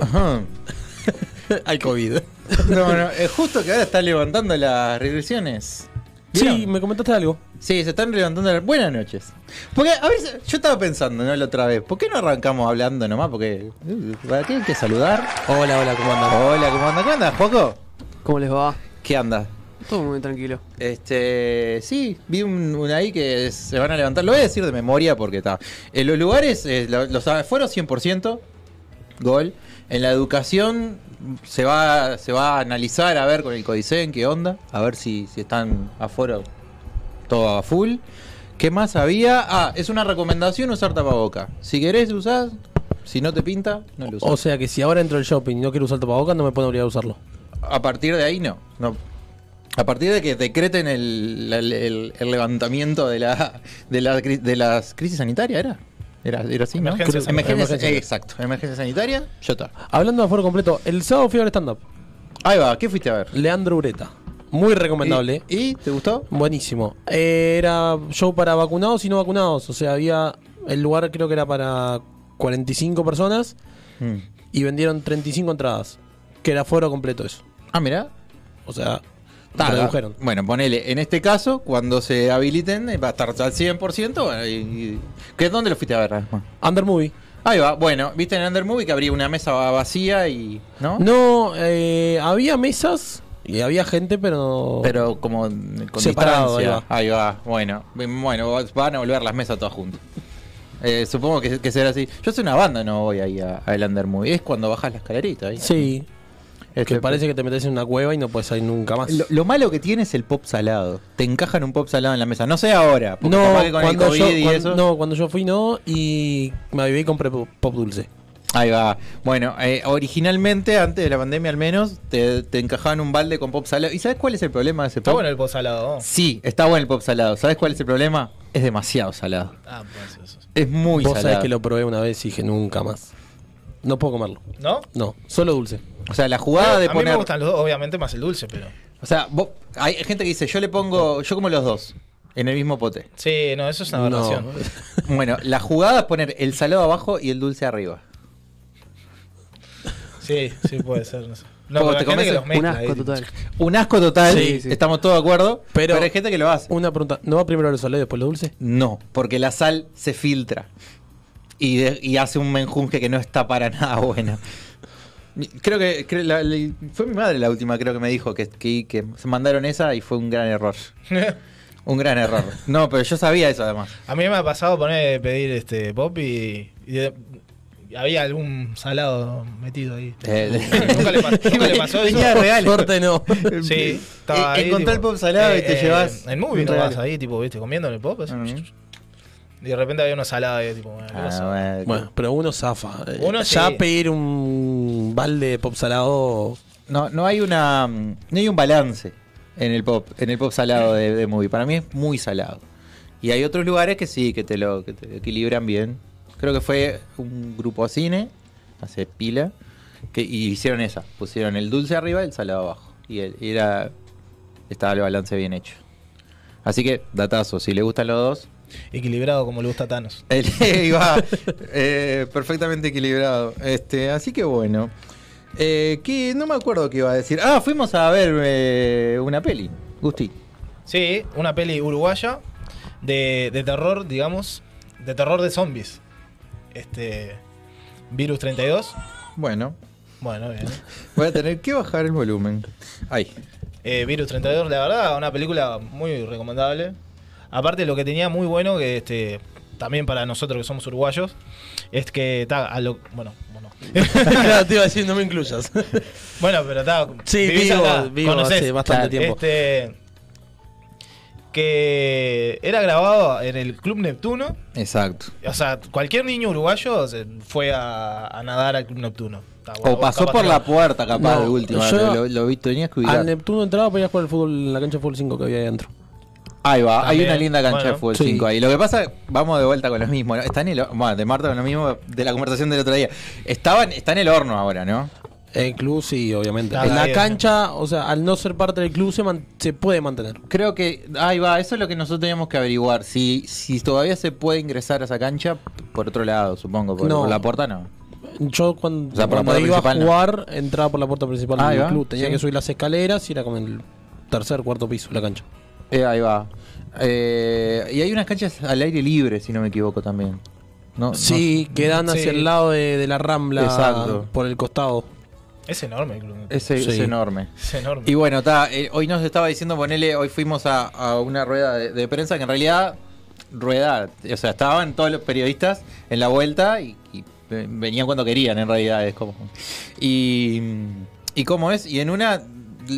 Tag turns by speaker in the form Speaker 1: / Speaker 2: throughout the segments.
Speaker 1: Ajá.
Speaker 2: Hay COVID.
Speaker 1: No, no, es justo que ahora están levantando las regresiones.
Speaker 3: Sí,
Speaker 1: ¿Vieron?
Speaker 3: me comentaste algo.
Speaker 1: Sí, se están levantando las... Buenas noches. Porque, a ver, yo estaba pensando, ¿no? La otra vez, ¿por qué no arrancamos hablando nomás? Porque, uh, ¿para qué hay que saludar?
Speaker 2: Hola, hola, ¿cómo andan?
Speaker 1: Hola, ¿cómo andas? ¿Qué andas, Joco?
Speaker 4: ¿Cómo les va?
Speaker 1: ¿Qué andas?
Speaker 4: Todo muy tranquilo.
Speaker 1: Este, sí, vi un, un ahí que se van a levantar. Lo voy a decir de memoria porque está. En los lugares, eh, lo- los afueros 100%, gol. En la educación se va, se va a analizar a ver con el Codicen qué onda, a ver si, si están afuera todo a full. ¿Qué más había? Ah, es una recomendación usar tapaboca. Si querés, usás. Si no te pinta, no lo usás.
Speaker 3: O sea que si ahora entro al shopping y no quiero usar el tapabocas, no me pueden obligar a usarlo.
Speaker 1: A partir de ahí no. no. A partir de que decreten el, la- el- el levantamiento de la, de la cri- de las crisis sanitarias, ¿era? Era, era así, ¿no?
Speaker 5: Emergencia
Speaker 1: Creo-
Speaker 5: sanitaria.
Speaker 1: emergencia- eh, exacto. Emergencia sanitaria, ya está.
Speaker 3: Hablando de aforo completo, el sábado fui a ver stand-up.
Speaker 1: Ahí va, ¿qué fuiste a ver?
Speaker 3: Leandro Ureta. Muy recomendable.
Speaker 1: ¿Y, y te gustó?
Speaker 3: Buenísimo. Eh, era show para vacunados y no vacunados. O sea, había. El lugar creo que era para 45 personas
Speaker 1: Mm.
Speaker 3: y vendieron 35 entradas. Que era foro completo eso.
Speaker 1: Ah, mira.
Speaker 3: O sea,
Speaker 1: Ta,
Speaker 3: redujeron.
Speaker 1: Bueno, ponele, en este caso, cuando se habiliten, eh, va a estar al 100%. bueno, y- y- ¿qué, ¿Dónde lo fuiste a ver? Rasma?
Speaker 3: Under Movie.
Speaker 1: Ahí va, bueno, viste en Undermovie que habría una mesa vacía y. ¿No?
Speaker 3: No, eh, había mesas y había gente, pero. no-
Speaker 1: Pero como con
Speaker 3: Separado,
Speaker 1: distancia. Ahí va. Bueno, bien, bueno, van a volver las mesas todas juntas. Eh, supongo que, que será así. Yo soy una banda, no voy ahí a, a el Undermovie. Es cuando bajas la escalerita ahí.
Speaker 3: Sí,
Speaker 1: Este,
Speaker 3: que parece que te metes en una cueva y no puedes salir nunca más.
Speaker 1: Lo, lo malo que tiene es el pop salado. Te encajan un pop salado en la mesa. No sé ahora, porque
Speaker 3: no,
Speaker 1: capaz que con el
Speaker 3: cuando
Speaker 1: COVID
Speaker 3: yo,
Speaker 1: y
Speaker 3: cuan-
Speaker 1: eso.
Speaker 3: no, cuando yo fui no y me avivé y compré pop, pop dulce.
Speaker 1: Ahí va. Bueno, eh, originalmente, antes de la pandemia al menos, te, te encajaban un balde con pop salado. ¿Y sabes cuál es el problema de ese pop?
Speaker 5: Está bueno el posalado.
Speaker 1: Sí, está bueno el pop salado. ¿Sabes cuál es el problema? Es demasiado salado.
Speaker 5: Ah, pues eso.
Speaker 1: Es muy
Speaker 3: Vos
Speaker 1: salado.
Speaker 3: sabés que lo probé una vez y dije nunca más. No puedo comerlo.
Speaker 5: ¿No?
Speaker 3: No, solo dulce.
Speaker 1: O sea, la jugada de
Speaker 5: a mí me
Speaker 1: poner.
Speaker 5: gustan los dos, obviamente más el dulce, pero.
Speaker 1: O sea, vos- hay gente que dice, yo le pongo, yo como los dos, en el mismo pote.
Speaker 5: Sí, no, eso es una
Speaker 3: No.
Speaker 5: aberración.
Speaker 1: Bueno, la jugada es poner el salado abajo y el dulce arriba.
Speaker 5: Sí, sí puede ser. No, sé.
Speaker 1: Porque
Speaker 5: no pero hay
Speaker 1: te
Speaker 5: gente
Speaker 1: comes
Speaker 5: que los
Speaker 4: Un
Speaker 5: mezcla. eh.
Speaker 4: asco
Speaker 5: ahí.
Speaker 4: total.
Speaker 1: Un asco total,
Speaker 3: Sí, sí.
Speaker 1: estamos todos de acuerdo, pero,
Speaker 3: Pero-
Speaker 1: hay gente que lo hace.
Speaker 3: Una pregunta, ¿no va primero lo salado y después lo dulce?
Speaker 1: No, porque la sal se filtra y, de- y hace un menjunje que no está para nada bueno. Creo que creo- la- la- fue mi madre la última, creo que me dijo que, que- que se mandaron esa y fue un gran error. Un gran error. No, pero yo sabía eso además.
Speaker 5: A mí me ha pasado poner pedir este pop y, y de- y había algún salado metido ahí.
Speaker 1: Eh,
Speaker 5: ¿Nunca le pa- nunca le pasó eso?
Speaker 1: Venía real.
Speaker 3: Corte no.
Speaker 5: Sí, estaba
Speaker 1: Eh,
Speaker 5: ahí. eh,
Speaker 1: encontrá el pop salado y te llevas
Speaker 5: En movie
Speaker 1: un
Speaker 5: no vas
Speaker 1: regalo.
Speaker 5: ahí, tipo, viste, comiendo el pop. así.
Speaker 1: Ujú.
Speaker 5: Y de repente había unos salados ahí, tipo, bueno, ¿qué pasó?
Speaker 1: Ah, bueno.
Speaker 3: Bueno, pero uno zafa. Eh,
Speaker 5: Uno
Speaker 3: ya
Speaker 5: sí.
Speaker 3: pedir un balde de pop salado.
Speaker 1: No, no hay una mm, no hay un balance en el pop, en el pop salado de, de movie. Para mí es muy salado. Y hay otros lugares que sí, que te lo que te equilibran bien. Creo que fue un grupo cine, hace pila, que y hicieron esa. Pusieron el dulce arriba y el salado abajo. Y, el- y era. Estaba el balance bien hecho. Así que, datazo, si le gustan los dos,
Speaker 5: Equilibrado como le gusta a Thanos.
Speaker 1: El iba eh, perfectamente equilibrado. Este, así que bueno. Eh, ¿qué? No me acuerdo qué iba a decir. Ah, fuimos a ver eh, una peli. Gusti.
Speaker 5: Sí, una peli uruguaya de, de terror, digamos, de terror de zombies. Este. Virus 32.
Speaker 1: Bueno,
Speaker 5: Bueno, bien.
Speaker 1: voy a tener que bajar el volumen. Ahí.
Speaker 5: Eh, Virus 32, la verdad, una película muy recomendable. Aparte, lo que tenía muy bueno, que este, también para nosotros que somos uruguayos, es que ta, a lo- bueno, bueno.
Speaker 3: claro, te iba a decir, no me incluyas.
Speaker 5: Bueno, pero está.
Speaker 3: sí,
Speaker 5: vivís
Speaker 3: vivo,
Speaker 5: acá,
Speaker 3: vivo
Speaker 5: conocés.
Speaker 3: hace bastante
Speaker 1: Claro,
Speaker 3: tiempo.
Speaker 5: Este, que era grabado en el Club Neptuno.
Speaker 1: Exacto.
Speaker 5: O sea, cualquier niño uruguayo se fue a, a nadar al Club Neptuno. Ta, bueno,
Speaker 1: O pasó
Speaker 5: capaz
Speaker 1: por
Speaker 5: que
Speaker 1: la
Speaker 5: no.
Speaker 1: puerta, capaz,
Speaker 3: No,
Speaker 1: de última.
Speaker 3: yo-
Speaker 1: lo, lo vi, tenías que ubicar.
Speaker 3: Al Neptuno entraba para ir a jugar al fútbol en la cancha de fútbol 5 que había ahí adentro.
Speaker 1: Ahí va, hay
Speaker 5: También,
Speaker 1: una linda cancha de
Speaker 5: bueno.
Speaker 1: fútbol
Speaker 3: Sí.
Speaker 1: 5 ahí. Lo que pasa, vamos de vuelta con lo mismo. ¿no? Está en el hor- bueno, de Marta con lo mismo de la conversación del otro día. Estaban, está en el horno ahora, ¿no?
Speaker 3: El club sí, obviamente.
Speaker 5: Está
Speaker 3: En la
Speaker 5: bien.
Speaker 3: cancha, o sea, al no ser parte del club se, man- se puede mantener.
Speaker 1: Creo que, ahí va, eso es lo que nosotros teníamos que averiguar. Si, si todavía se puede ingresar a esa cancha, por otro lado, supongo, por,
Speaker 3: No.
Speaker 1: por la puerta no.
Speaker 3: Yo cuando,
Speaker 1: O sea, por la
Speaker 3: cuando
Speaker 1: puerta
Speaker 3: iba a
Speaker 1: principal, no.
Speaker 3: jugar, entraba por la puerta principal
Speaker 1: Ahí
Speaker 3: del
Speaker 1: va,
Speaker 3: club. Tenía
Speaker 1: sí.
Speaker 3: que subir las escaleras y era como en el tercer, cuarto piso la cancha.
Speaker 1: Eh, ahí va. Eh, y hay unas canchas al aire libre, si no me equivoco también. No, no-
Speaker 3: sí, quedan
Speaker 5: Sí.
Speaker 3: hacia el lado de, de la rambla,
Speaker 1: Exacto.
Speaker 3: por el costado.
Speaker 5: Es enorme el club.
Speaker 1: es, es
Speaker 3: Sí.
Speaker 1: enorme.
Speaker 5: Es enorme.
Speaker 1: Y bueno, ta, eh, hoy nos estaba diciendo, ponele, hoy fuimos a, a una rueda de, de prensa que en realidad, rueda, o sea, estaban todos los periodistas en la vuelta y, y eh, venían cuando querían, en realidad, es como... Y, y cómo es, y en una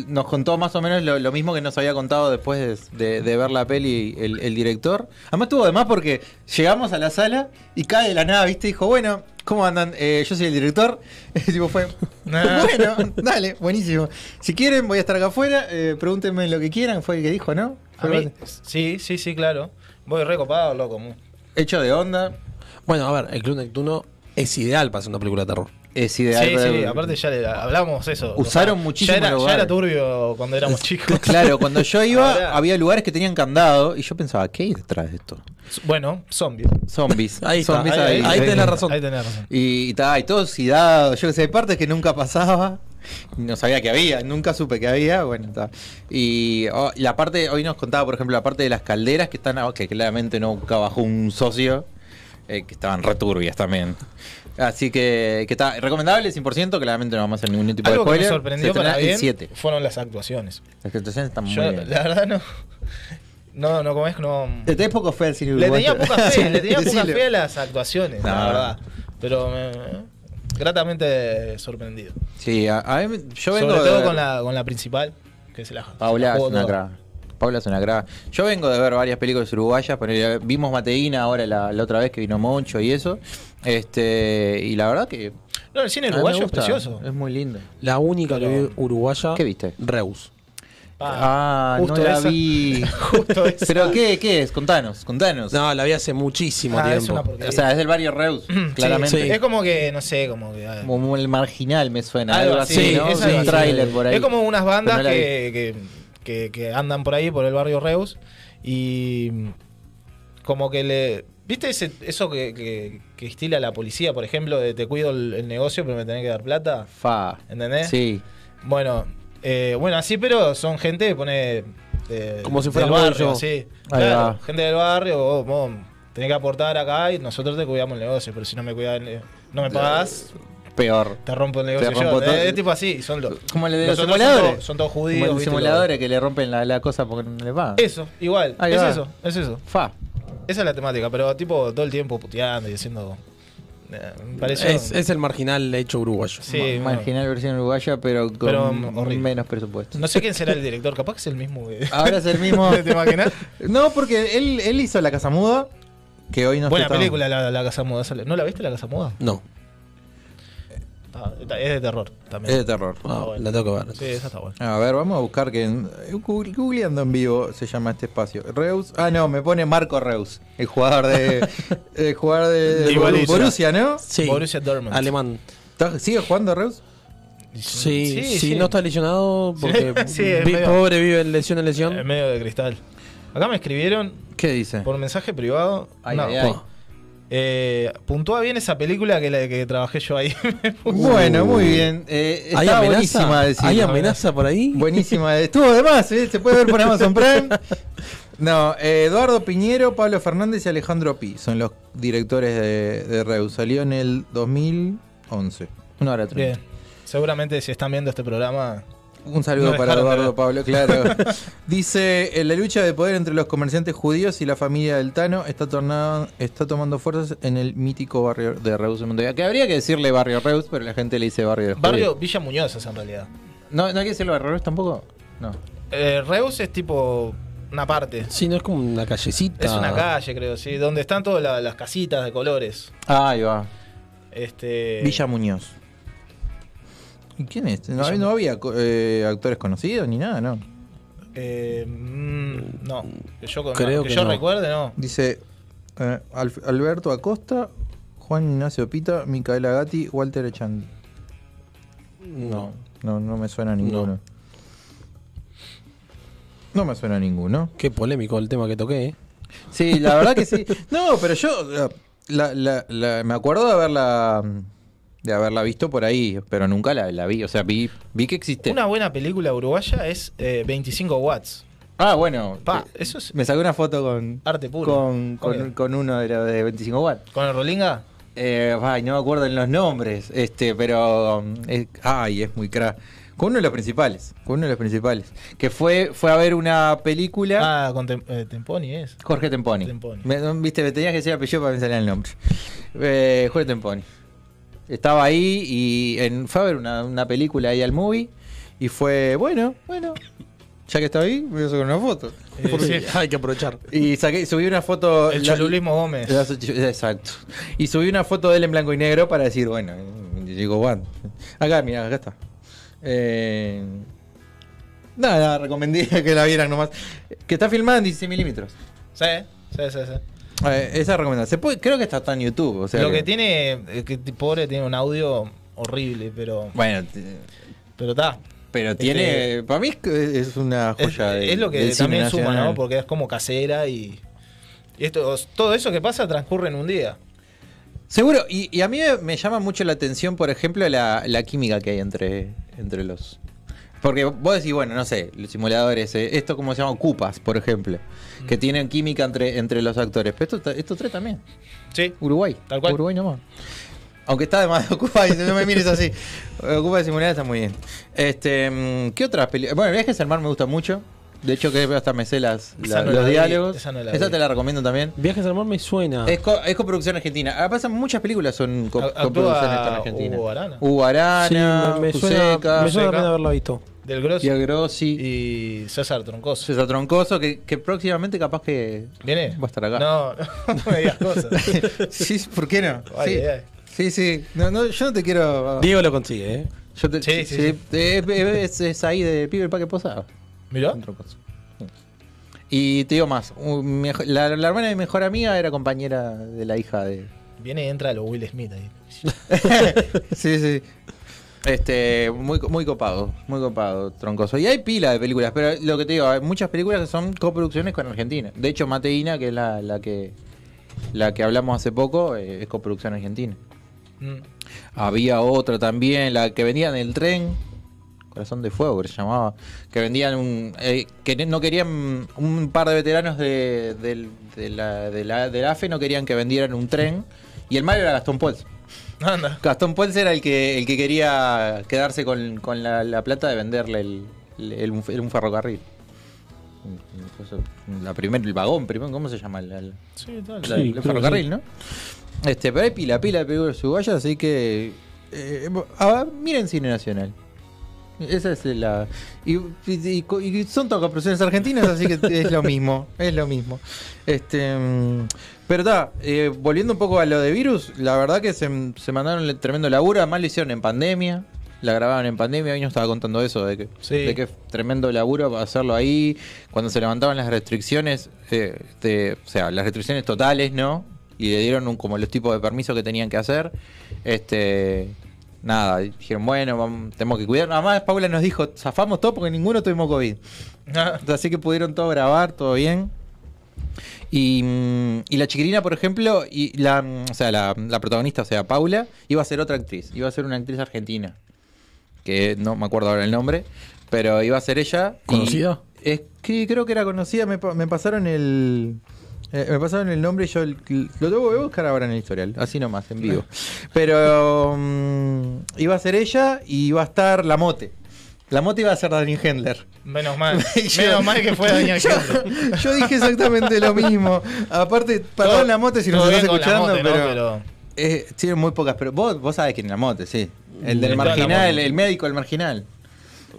Speaker 1: nos contó más o menos lo, lo mismo que nos había contado después de, de- de ver la peli el, el director. Además tuvo además porque llegamos a la sala y cae de la nada, ¿viste? Dijo, bueno, ¿cómo andan? Eh, yo soy el director. Y tipo fue,
Speaker 5: Ah.
Speaker 1: bueno, dale, buenísimo. Si quieren, voy a estar acá afuera, eh, pregúntenme lo que quieran, fue el que dijo, ¿no?
Speaker 5: A
Speaker 1: Fue
Speaker 5: mí,
Speaker 1: algo
Speaker 5: sí, sí, sí, claro. Voy recopado, loco. mu-
Speaker 1: así. Hecho de onda,
Speaker 3: Bueno, a ver, el Club Neptuno es ideal para hacer una película de terror.
Speaker 1: es ideal.
Speaker 5: sí,
Speaker 1: para-
Speaker 5: sí, aparte ya le hablamos eso.
Speaker 1: Usaron muchísimo
Speaker 5: muchísimo. Ya era, ya
Speaker 1: lugar.
Speaker 5: era turbio cuando éramos chicos.
Speaker 1: Claro, cuando yo
Speaker 5: Ahora-
Speaker 1: iba, había lugares que tenían candado y yo pensaba, ¿qué hay detrás de esto?
Speaker 5: Bueno, zombies.
Speaker 1: Zombies.
Speaker 3: Ahí está,
Speaker 1: zombies
Speaker 3: ahí- ahí tenés la razón.
Speaker 5: Ahí tenés razón.
Speaker 1: Y, y ta, y todo oxidado, yo que sé, hay partes que nunca pasaba, y no sabía que había, nunca supe que había, bueno, ta. Y oh, la parte, hoy nos contaba, por ejemplo, la parte de las calderas que están, ah, que claramente nunca bajó un socio, eh, que estaban returbias también. Así que, que está recomendable 100%, claramente no vamos a hacer ningún tipo
Speaker 5: Algo
Speaker 1: de
Speaker 5: que me
Speaker 1: spoiler.
Speaker 5: sorprendió
Speaker 1: Se
Speaker 5: para
Speaker 1: estrenará
Speaker 5: bien
Speaker 1: el 7.
Speaker 5: fueron las actuaciones.
Speaker 1: Las actuaciones están muy
Speaker 5: Yo,
Speaker 1: bien.
Speaker 5: la verdad, no. No, no, como es, no.
Speaker 1: Te tenés poco fe al cine
Speaker 5: Le tenía
Speaker 1: uruguayo.
Speaker 5: poca fe, le tenía poca
Speaker 1: Decilo.
Speaker 5: fe a las actuaciones,
Speaker 1: No.
Speaker 5: la verdad. Pero me- gratamente sorprendido.
Speaker 1: Sí, a, a mí, yo vengo
Speaker 5: Sobre
Speaker 1: de
Speaker 5: todo
Speaker 1: ver-
Speaker 5: con la, con la principal, que se la se la
Speaker 1: Paula es
Speaker 5: jugó
Speaker 1: una
Speaker 5: toda.
Speaker 1: cra. Paula es una cra. Yo vengo de ver varias películas uruguayas, ponele, vimos Mateína ahora la, la otra vez que vino Moncho y eso. Este, y la verdad que
Speaker 5: No, el cine
Speaker 1: a mí me
Speaker 5: uruguayo es
Speaker 1: gusta,
Speaker 5: precioso.
Speaker 1: Es muy lindo.
Speaker 3: La única que
Speaker 5: Pero-
Speaker 3: vi uruguaya.
Speaker 1: ¿Qué viste?
Speaker 3: Reus.
Speaker 5: Pa,
Speaker 1: ah, no la
Speaker 5: esa-
Speaker 1: vi.
Speaker 5: Justo esa.
Speaker 1: Pero qué, qué es? Contanos, contanos.
Speaker 3: No, la vi hace muchísimo
Speaker 5: Ah, es
Speaker 3: tiempo.
Speaker 5: una porquería.
Speaker 1: o sea, es del barrio Reus, claramente.
Speaker 3: sí.
Speaker 5: Mm, Es como que, no sé, como que. ah,
Speaker 1: Como el marginal me suena,
Speaker 5: algo
Speaker 1: algo así,
Speaker 5: así,
Speaker 1: ¿no?
Speaker 5: es
Speaker 1: Sí,
Speaker 5: algo
Speaker 1: un
Speaker 5: así.
Speaker 1: tráiler por ahí.
Speaker 5: Es como unas bandas
Speaker 1: Pero no la
Speaker 5: que, que, que- que andan por ahí, por el barrio Reus, y como que le... ¿Viste ese- eso que, que- que estila la policía, por ejemplo, de te cuido el, el negocio pero me tenés que dar plata?
Speaker 1: Fa.
Speaker 5: ¿Entendés?
Speaker 1: Sí.
Speaker 5: Bueno, eh, bueno, así, pero son gente que pone... eh,
Speaker 3: Como si fuera
Speaker 5: del barrio,
Speaker 3: yo.
Speaker 5: sí.
Speaker 1: Ahí
Speaker 5: Claro,
Speaker 1: va.
Speaker 5: gente del barrio, vos, vos tenés que aportar acá y nosotros te cuidamos el negocio, pero si no me cuidas, el- no me pagás,
Speaker 1: Peor.
Speaker 5: te rompo el negocio yo. Eh,
Speaker 1: rompo todo.
Speaker 5: Es, es tipo así, son los.
Speaker 1: Como el de los
Speaker 5: Los otros
Speaker 1: simuladores.
Speaker 5: Son, todos- son todos judíos.
Speaker 1: Como los
Speaker 5: ¿viste?
Speaker 1: simuladores que le rompen la, la cosa porque no le va.
Speaker 5: Eso, igual.
Speaker 1: Ahí
Speaker 5: es
Speaker 1: va.
Speaker 5: eso, es eso.
Speaker 1: Fa.
Speaker 5: Esa es la temática, pero tipo todo el tiempo puteando y diciendo. eh, me pareció.
Speaker 3: es, es el marginal hecho uruguayo.
Speaker 5: sí,
Speaker 1: Ma-
Speaker 5: bueno.
Speaker 1: marginal versión uruguaya, pero con
Speaker 5: Pero, mm, horrible.
Speaker 1: menos presupuesto.
Speaker 5: No sé quién será el director, capaz que es el mismo. que-
Speaker 1: Ahora es el mismo.
Speaker 5: ¿Te imaginas?
Speaker 1: no, porque él, él hizo La Casa Muda, que hoy nos
Speaker 5: Buena
Speaker 1: estamos-
Speaker 5: película, la, la Casa Muda. ¿No la viste, la Casa Muda?
Speaker 3: No,
Speaker 5: Ah, es de terror también.
Speaker 1: Es de terror.
Speaker 3: no,
Speaker 5: Ah, bueno.
Speaker 3: ah, la tengo que ver.
Speaker 5: Sí, esa está buena.
Speaker 1: A ver, vamos a buscar que. en- Google- Googleando en vivo se llama este espacio. Reus. Ah, no, me pone Marco Reus, el jugador de. el jugador de,
Speaker 5: De Borussia.
Speaker 1: Borussia, ¿no?
Speaker 3: Sí.
Speaker 5: Borussia Dortmund.
Speaker 3: Alemán.
Speaker 1: ¿Está- ¿Sigue jugando Reus?
Speaker 3: Sí,
Speaker 5: Sí,
Speaker 3: sí,
Speaker 5: sí.
Speaker 3: no está lesionado, porque
Speaker 5: Sí, es
Speaker 3: vi-
Speaker 5: medio- Eh,
Speaker 3: pobre vive en lesión en lesión.
Speaker 5: En medio de cristal. Acá me escribieron
Speaker 1: ¿Qué dice?
Speaker 5: por mensaje privado.
Speaker 1: Eh. Ay,
Speaker 5: no,
Speaker 1: ay, ay.
Speaker 5: Eh, puntúa bien esa película que la que trabajé yo ahí.
Speaker 1: Bueno, muy bien. Eh,
Speaker 3: ¿Hay
Speaker 1: está
Speaker 3: amenaza?
Speaker 1: buenísima. decimos.
Speaker 3: ¿Hay amenaza por ahí?
Speaker 1: Buenísima. Estuvo de más, ¿eh? se puede ver por Amazon Prime. No, eh, Eduardo Piñero, Pablo Fernández y Alejandro Pi son los directores de, de Reus. Salió en el 2011. Una hora
Speaker 5: Bien.
Speaker 1: treinta.
Speaker 5: Seguramente si están viendo este programa.
Speaker 1: Un saludo
Speaker 5: No
Speaker 1: para
Speaker 5: dejaron de
Speaker 1: Eduardo
Speaker 5: ver.
Speaker 1: Pablo, claro. Dice, en la lucha de poder entre los comerciantes judíos y la familia del Tano está, tornado- está tomando fuerzas en el mítico barrio de Reus en Montevideo. Que habría que decirle barrio Reus, pero la gente le dice barrio de los
Speaker 5: Barrio
Speaker 1: judíos.
Speaker 5: Villa Muñoz es en realidad.
Speaker 1: ¿No, ¿No hay que decirle barrio Reus tampoco? No.
Speaker 5: Eh, Reus es tipo una parte.
Speaker 3: Sí, no es como una callecita.
Speaker 5: Es una calle, creo, sí. Donde están todas la- las casitas de colores.
Speaker 1: Ahí va.
Speaker 5: Este.
Speaker 1: Villa Muñoz. Eh, ¿Y quién es? No,
Speaker 5: Villa
Speaker 1: no había co- eh, actores conocidos ni nada, ¿no?
Speaker 5: eh, mm, no. Que yo,
Speaker 3: Creo
Speaker 5: que
Speaker 3: que
Speaker 5: yo
Speaker 3: no.
Speaker 5: recuerde, no.
Speaker 1: Dice eh, Alf- Alberto Acosta, Juan Ignacio Pita, Micaela Gatti, Walter Echandi.
Speaker 3: No.
Speaker 1: No, no me suena ninguno. No me suena ninguno.
Speaker 3: Qué polémico el tema que toqué. ¿eh?
Speaker 1: Sí, la verdad que sí. No, pero yo eh, la- la- la- me acuerdo de ver la, de haberla visto por ahí, pero nunca la, la vi. O sea, vi, vi que existe.
Speaker 5: Una buena película uruguaya es eh, 25 watts.
Speaker 1: Ah, bueno.
Speaker 5: Pa,
Speaker 1: eh,
Speaker 5: eso es
Speaker 1: Me saqué una foto con,
Speaker 5: arte puro.
Speaker 1: con, con,
Speaker 5: Obvio.
Speaker 1: con uno de, los de 25 watts.
Speaker 5: ¿Con el Rolinga?
Speaker 1: Eh, ay, no me acuerdo en los nombres, este, pero um, es- ay, es muy crack. Con uno de los principales, con uno de los principales, que fue fue a ver una película
Speaker 5: Ah, con Tem- eh, Temponi es.
Speaker 1: Jorge Temponi.
Speaker 5: Temponi.
Speaker 1: Me, no, viste, me tenías que decir apellido para pensar en el nombre. Eh, Jorge Temponi. Estaba ahí y en, fue a ver una, una película ahí al movie y fue, bueno, bueno, ya que está ahí, me voy a sacar una foto.
Speaker 5: Eh, sí.
Speaker 3: Hay que aprovechar.
Speaker 1: Y saqué, subí una foto.
Speaker 5: El
Speaker 1: la-
Speaker 5: Cholulismo Gómez.
Speaker 1: las ocho- Exacto. Y subí una foto de él en blanco y negro para decir, bueno, digo, bueno. Acá, mira, acá está. Eh, nada, nada, recomendé que la vieran nomás. Que está filmada en 16 milímetros.
Speaker 5: Sí, sí, sí, sí.
Speaker 1: Eh, esa recomendación. Se puede- creo que está, está en YouTube. O sea,
Speaker 5: Lo que
Speaker 1: que-
Speaker 5: tiene, eh, que t- pobre, tiene un audio horrible, pero
Speaker 1: Bueno, t-
Speaker 5: pero está.
Speaker 1: pero tiene.
Speaker 5: Este-
Speaker 1: para mí es que es una
Speaker 5: Es,
Speaker 1: joya. del-
Speaker 5: es lo que
Speaker 1: del cine
Speaker 5: también suma,
Speaker 1: nacional.
Speaker 5: ¿no? Porque es como casera y, y esto, todo eso que pasa transcurre en un día.
Speaker 1: Seguro, y, y a mí me, me llama mucho la atención, por ejemplo, la, la química que hay entre, entre los. Porque vos decís, bueno, no sé, los simuladores, eh, esto como se llama Cupas, por ejemplo,
Speaker 5: Mm.
Speaker 1: que tienen química entre, entre los actores. Pero esto, ta- estos tres también.
Speaker 5: Sí.
Speaker 1: Uruguay.
Speaker 5: Tal cual.
Speaker 1: Uruguay nomás. Aunque está de más Ocupa, y no me mires así. Ocupa de simulador está muy bien. Este, mm, ¿Qué otras películas? Bueno, Viajes al Mar me gusta mucho. De hecho, que hasta me sé las,
Speaker 5: Esa
Speaker 1: la-
Speaker 5: no
Speaker 1: los
Speaker 5: la vi,
Speaker 1: diálogos.
Speaker 5: esa no la vi.
Speaker 1: te la recomiendo también.
Speaker 3: Viajes al mar me suena.
Speaker 1: Es, co- es coproducción argentina. Ah, pasan muchas películas son co-
Speaker 5: A- actúa
Speaker 1: coproducciones con Argentina.
Speaker 5: Hugo Arana.
Speaker 1: Hugo
Speaker 3: Sí,
Speaker 1: Arana,
Speaker 3: me, me suena,
Speaker 1: Juseca,
Speaker 3: me suena la
Speaker 5: Juseca.
Speaker 3: pena haberlo visto.
Speaker 5: Del Grosso
Speaker 1: Pia Grossi,
Speaker 5: y César Troncoso.
Speaker 1: César Troncoso, que, que próximamente capaz que...
Speaker 5: ¿Viene?
Speaker 1: Va a estar acá.
Speaker 5: No, no me digas cosas.
Speaker 1: sí, ¿por qué no?
Speaker 5: Ay,
Speaker 1: sí.
Speaker 5: ay, ay.
Speaker 1: sí, sí. No, no, yo no te quiero...
Speaker 3: Diego lo consigue, ¿eh?
Speaker 1: Yo te-
Speaker 5: Sí, sí, sí.
Speaker 1: Eh, eh, Es, es ahí de Pibe el Paque Posada.
Speaker 5: ¿Miró?
Speaker 1: Troncoso. Y te digo más, un mejo- la, la hermana de mi mejor amiga era compañera de la hija de...
Speaker 5: Viene y entra lo Will Smith ahí.
Speaker 1: sí, sí. Este, muy, muy copado, muy copado, troncoso. Y hay pila de películas, pero lo que te digo, hay muchas películas que son coproducciones con Argentina. De hecho, Mateína, que es la, la que la que hablamos hace poco, eh, es coproducción argentina.
Speaker 5: Mm.
Speaker 1: Había otra también, la que vendían en el tren, Corazón de Fuego, que se llamaba, que vendían un. eh, que no querían. Un par de veteranos de, del- de la, de la- del AFE no querían que vendieran un tren. Y el malo era Gastón Puelz.
Speaker 5: Anda.
Speaker 1: Gastón Puelz era el que, el que quería quedarse con, con la, la plata de venderle el, el- el- un, el- un ferrocarril. Una cosa- La primer, el vagón, primero, ¿cómo se llama? La- la-
Speaker 5: Sí, tal.
Speaker 1: la-
Speaker 3: Sí,
Speaker 1: el
Speaker 3: creo
Speaker 1: ferrocarril,
Speaker 3: que
Speaker 1: ¿no? Este, pero hay pila, pila de películas uruguayas, así que. eh, a ver, miren Cine Nacional. Esa es la. Y, y- y- y son todas producciones argentinas, así que es lo mismo. Es lo mismo. Este. mm, Pero está, eh, volviendo un poco a lo de virus, la verdad que se, se mandaron el tremendo laburo, además lo hicieron en pandemia. La grabaron en pandemia, hoy nos estaba contando eso, de que,
Speaker 5: Sí.
Speaker 1: de que es tremendo laburo hacerlo ahí. Cuando se levantaban las restricciones, eh, este, o sea, las restricciones totales, ¿no? Y le dieron un- como los tipos de permisos que tenían que hacer. Este, nada, dijeron, bueno, vamos- tenemos que cuidar. Además, Paula nos dijo, zafamos todo porque ninguno tuvimos COVID.
Speaker 5: Ah,
Speaker 1: Así que pudieron todo grabar, todo bien. Y, mm, y la chiquilina, por ejemplo, y la, mm, o sea, la, la protagonista, o sea, Paula, iba a ser otra actriz, iba a ser una actriz argentina, que no me acuerdo ahora el nombre, pero iba a ser ella. y-
Speaker 3: ¿Conocida?
Speaker 1: Es que creo que era conocida, me, pa- me pasaron el... eh, me pasaron el nombre y yo el- lo tengo que buscar ahora en el historial, así nomás, en vivo. Pero mm, iba a ser ella y iba a estar La Mote. La Mote iba a ser Daniel Hendler.
Speaker 5: menos mal.
Speaker 1: Yo-
Speaker 5: menos mal que fue Daniel
Speaker 1: yo,
Speaker 5: Hendler.
Speaker 1: yo dije exactamente lo mismo. Aparte,
Speaker 5: Todo-
Speaker 1: perdón la mote si nos
Speaker 5: todo
Speaker 1: estás
Speaker 5: bien con la
Speaker 1: escuchando,
Speaker 5: mote, ¿no?
Speaker 1: pero. eh, tiene muy pocas. Pero vos, vos sabés quién es la mote, sí. El del
Speaker 5: El
Speaker 1: marginal, el,
Speaker 5: Lamote.
Speaker 1: médico, el marginal.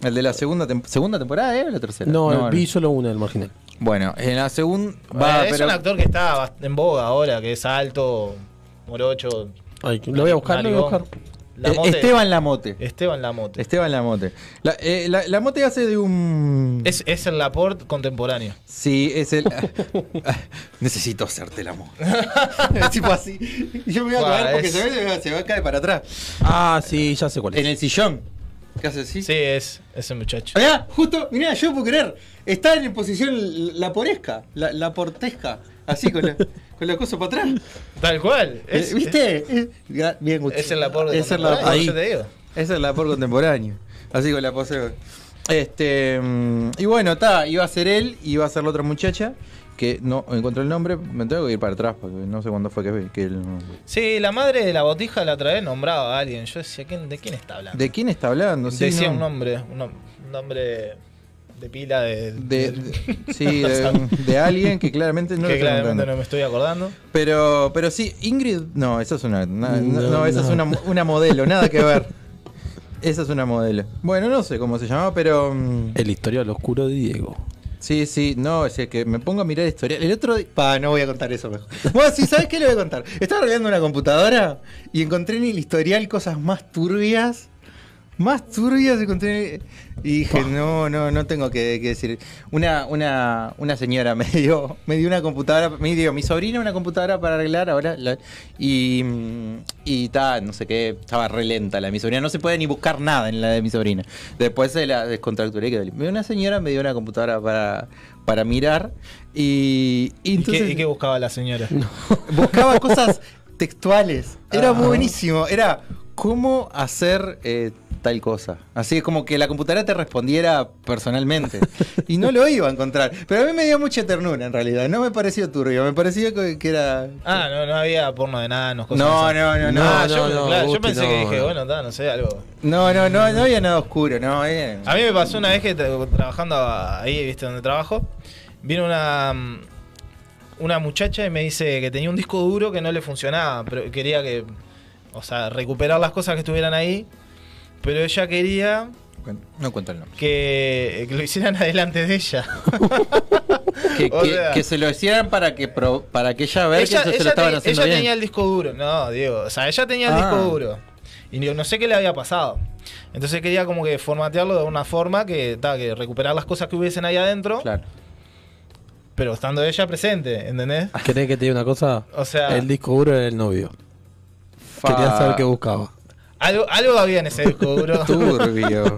Speaker 1: El de la segunda, tem- segunda temporada, ¿eh? ¿O la tercera?
Speaker 3: No, vi solo una del marginal.
Speaker 1: Bueno, en la segunda.
Speaker 5: Eh, es un actor que está bast- en boga ahora, que es alto, morocho.
Speaker 3: Ay, lo voy a buscar, lo voy a
Speaker 5: narigón.
Speaker 3: buscar.
Speaker 5: Lamote-
Speaker 1: Eh, Esteban Lamote.
Speaker 5: Esteban Lamote.
Speaker 1: Esteban Lamote. La, eh, la- Lamote hace de un.
Speaker 5: Es, es el Laporte contemporáneo.
Speaker 1: Sí, es el. Ah, Necesito hacerte el amor. es tipo así. Y yo me voy a
Speaker 5: Guau,
Speaker 1: caer porque
Speaker 5: es-
Speaker 1: se, ve- se va a caer para atrás.
Speaker 3: Ah, sí, ya sé cuál
Speaker 1: En
Speaker 3: es.
Speaker 1: el sillón. ¿Qué hace así?
Speaker 5: Sí, es ese muchacho.
Speaker 1: Mirá, justo, mirá, yo no puedo creer. Está en posición la poresca, la, la portesca. Así con la, con la cosa para atrás.
Speaker 5: Tal cual.
Speaker 1: Eh, ¿Viste? Eh, ga- Bien, Guti.
Speaker 5: Es el labor de
Speaker 1: Es el labor,
Speaker 5: contemporáneo,
Speaker 1: ahí.
Speaker 5: yo te digo.
Speaker 1: Es el labor contemporáneo. Así con la pose. Este, mm, y bueno, está, iba a ser él y iba a ser la otra muchacha que no encontré el nombre, me tengo que ir para atrás porque no sé cuándo fue que, que el-
Speaker 5: Sí, la madre de la botija la otra vez nombraba a alguien. Yo decía, ¿quién- ¿de quién está hablando?
Speaker 1: ¿De quién está hablando? Sí,
Speaker 5: Decía
Speaker 1: no.
Speaker 5: un nombre, un, nom- un nombre de pila de.
Speaker 1: de, de- sí,
Speaker 5: no
Speaker 1: de,
Speaker 5: sabe.
Speaker 1: de alguien que claramente no lo
Speaker 5: que
Speaker 1: estoy
Speaker 5: claramente
Speaker 1: contando.
Speaker 5: no me estoy acordando.
Speaker 1: Pero, pero sí, Ingrid. No, esa es una. na- na- no,
Speaker 3: No,
Speaker 1: esa es
Speaker 3: no.
Speaker 1: una, una modelo, nada que ver. Esa es una modelo. Bueno, no sé cómo se llamaba, pero. mm,
Speaker 3: El historial oscuro de Diego.
Speaker 1: Sí, sí, no, es que me pongo a mirar historial. El otro día. Pa, no voy a contar eso mejor. Bueno, sí, ¿sabes qué le voy a contar? Estaba arreglando una computadora y encontré en el historial cosas más turbias. Más turbias encontré. en el- Y dije, no, no, no tengo que, que decir. Una, una, una señora me dio, me dio una computadora, me dio mi sobrina una computadora para arreglar ahora. la- y mm, y ta, no sé qué, estaba re lenta la de mi sobrina. No se puede ni buscar nada en la de mi sobrina. Después se la descontracturé y quedó limpia. Una señora me dio una computadora para, para mirar. Y, y
Speaker 5: ¿Y,
Speaker 1: entonces
Speaker 5: qué, y qué buscaba la señora?
Speaker 1: buscaba cosas textuales. Era
Speaker 5: Ah.
Speaker 1: muy buenísimo. Era cómo hacer eh, tal cosa. Así como que la computadora te respondiera personalmente. y no lo iba a encontrar. Pero a mí me dio mucha ternura en realidad. No me pareció turbio. Me pareció que, que era.
Speaker 5: Ah, no, no había porno de nanos, cosas
Speaker 1: No,
Speaker 5: así.
Speaker 1: no, no, no.
Speaker 5: Ah,
Speaker 3: No,
Speaker 5: yo,
Speaker 3: no,
Speaker 5: claro, yo
Speaker 3: Gusti,
Speaker 5: pensé que
Speaker 3: no,
Speaker 5: dije,
Speaker 3: no.
Speaker 5: bueno, ta, no sé, algo.
Speaker 1: No, no, no, no había nada oscuro, no. eh.
Speaker 5: A mí me pasó una vez que tra- trabajando ahí, viste, donde trabajo, vino una mm, una muchacha y me dice que tenía un disco duro que no le funcionaba, pero quería que, o sea, recuperar las cosas que estuvieran ahí, pero ella quería
Speaker 1: No cuento el nombre.
Speaker 5: que, que lo hicieran adelante de ella.
Speaker 1: Que,
Speaker 5: O
Speaker 1: que-
Speaker 5: sea-
Speaker 1: que se lo hicieran para que pro- para que ella vea que eso se lo estaban
Speaker 5: te-
Speaker 1: haciendo
Speaker 5: ella
Speaker 1: bien.
Speaker 5: tenía el disco duro, no, Diego, o sea, ella tenía el
Speaker 1: Ah.
Speaker 5: disco duro. Y yo no sé qué le había pasado. Entonces quería como que formatearlo de una forma que, ta, que recuperar las cosas que hubiesen ahí adentro.
Speaker 1: Claro.
Speaker 5: pero estando ella presente, ¿entendés?
Speaker 3: ¿Querés que te diga una cosa?
Speaker 5: O sea,
Speaker 3: El disco duro era el novio. Quería saber qué buscaba.
Speaker 5: algo, algo había en ese disco duro.
Speaker 1: Turbio.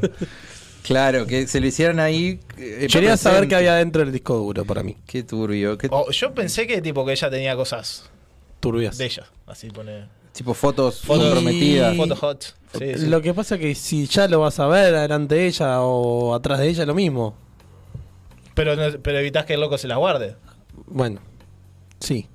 Speaker 1: claro, que se lo hicieran ahí. eh,
Speaker 3: Quería saber qué
Speaker 1: presente.
Speaker 3: había dentro del disco duro para mí.
Speaker 1: Qué turbio. Qué
Speaker 5: O yo pensé que tipo que ella tenía cosas
Speaker 3: Turbias.
Speaker 5: de ella, así pone
Speaker 1: tipo fotos,
Speaker 5: Fotos-
Speaker 1: comprometidas.
Speaker 3: Y-
Speaker 5: foto hot. Sí, sí.
Speaker 3: Lo que pasa que si ya lo vas a ver adelante de ella o atrás de ella, lo mismo.
Speaker 5: Pero no- pero evitás que el loco se las guarde.
Speaker 3: Bueno, sí.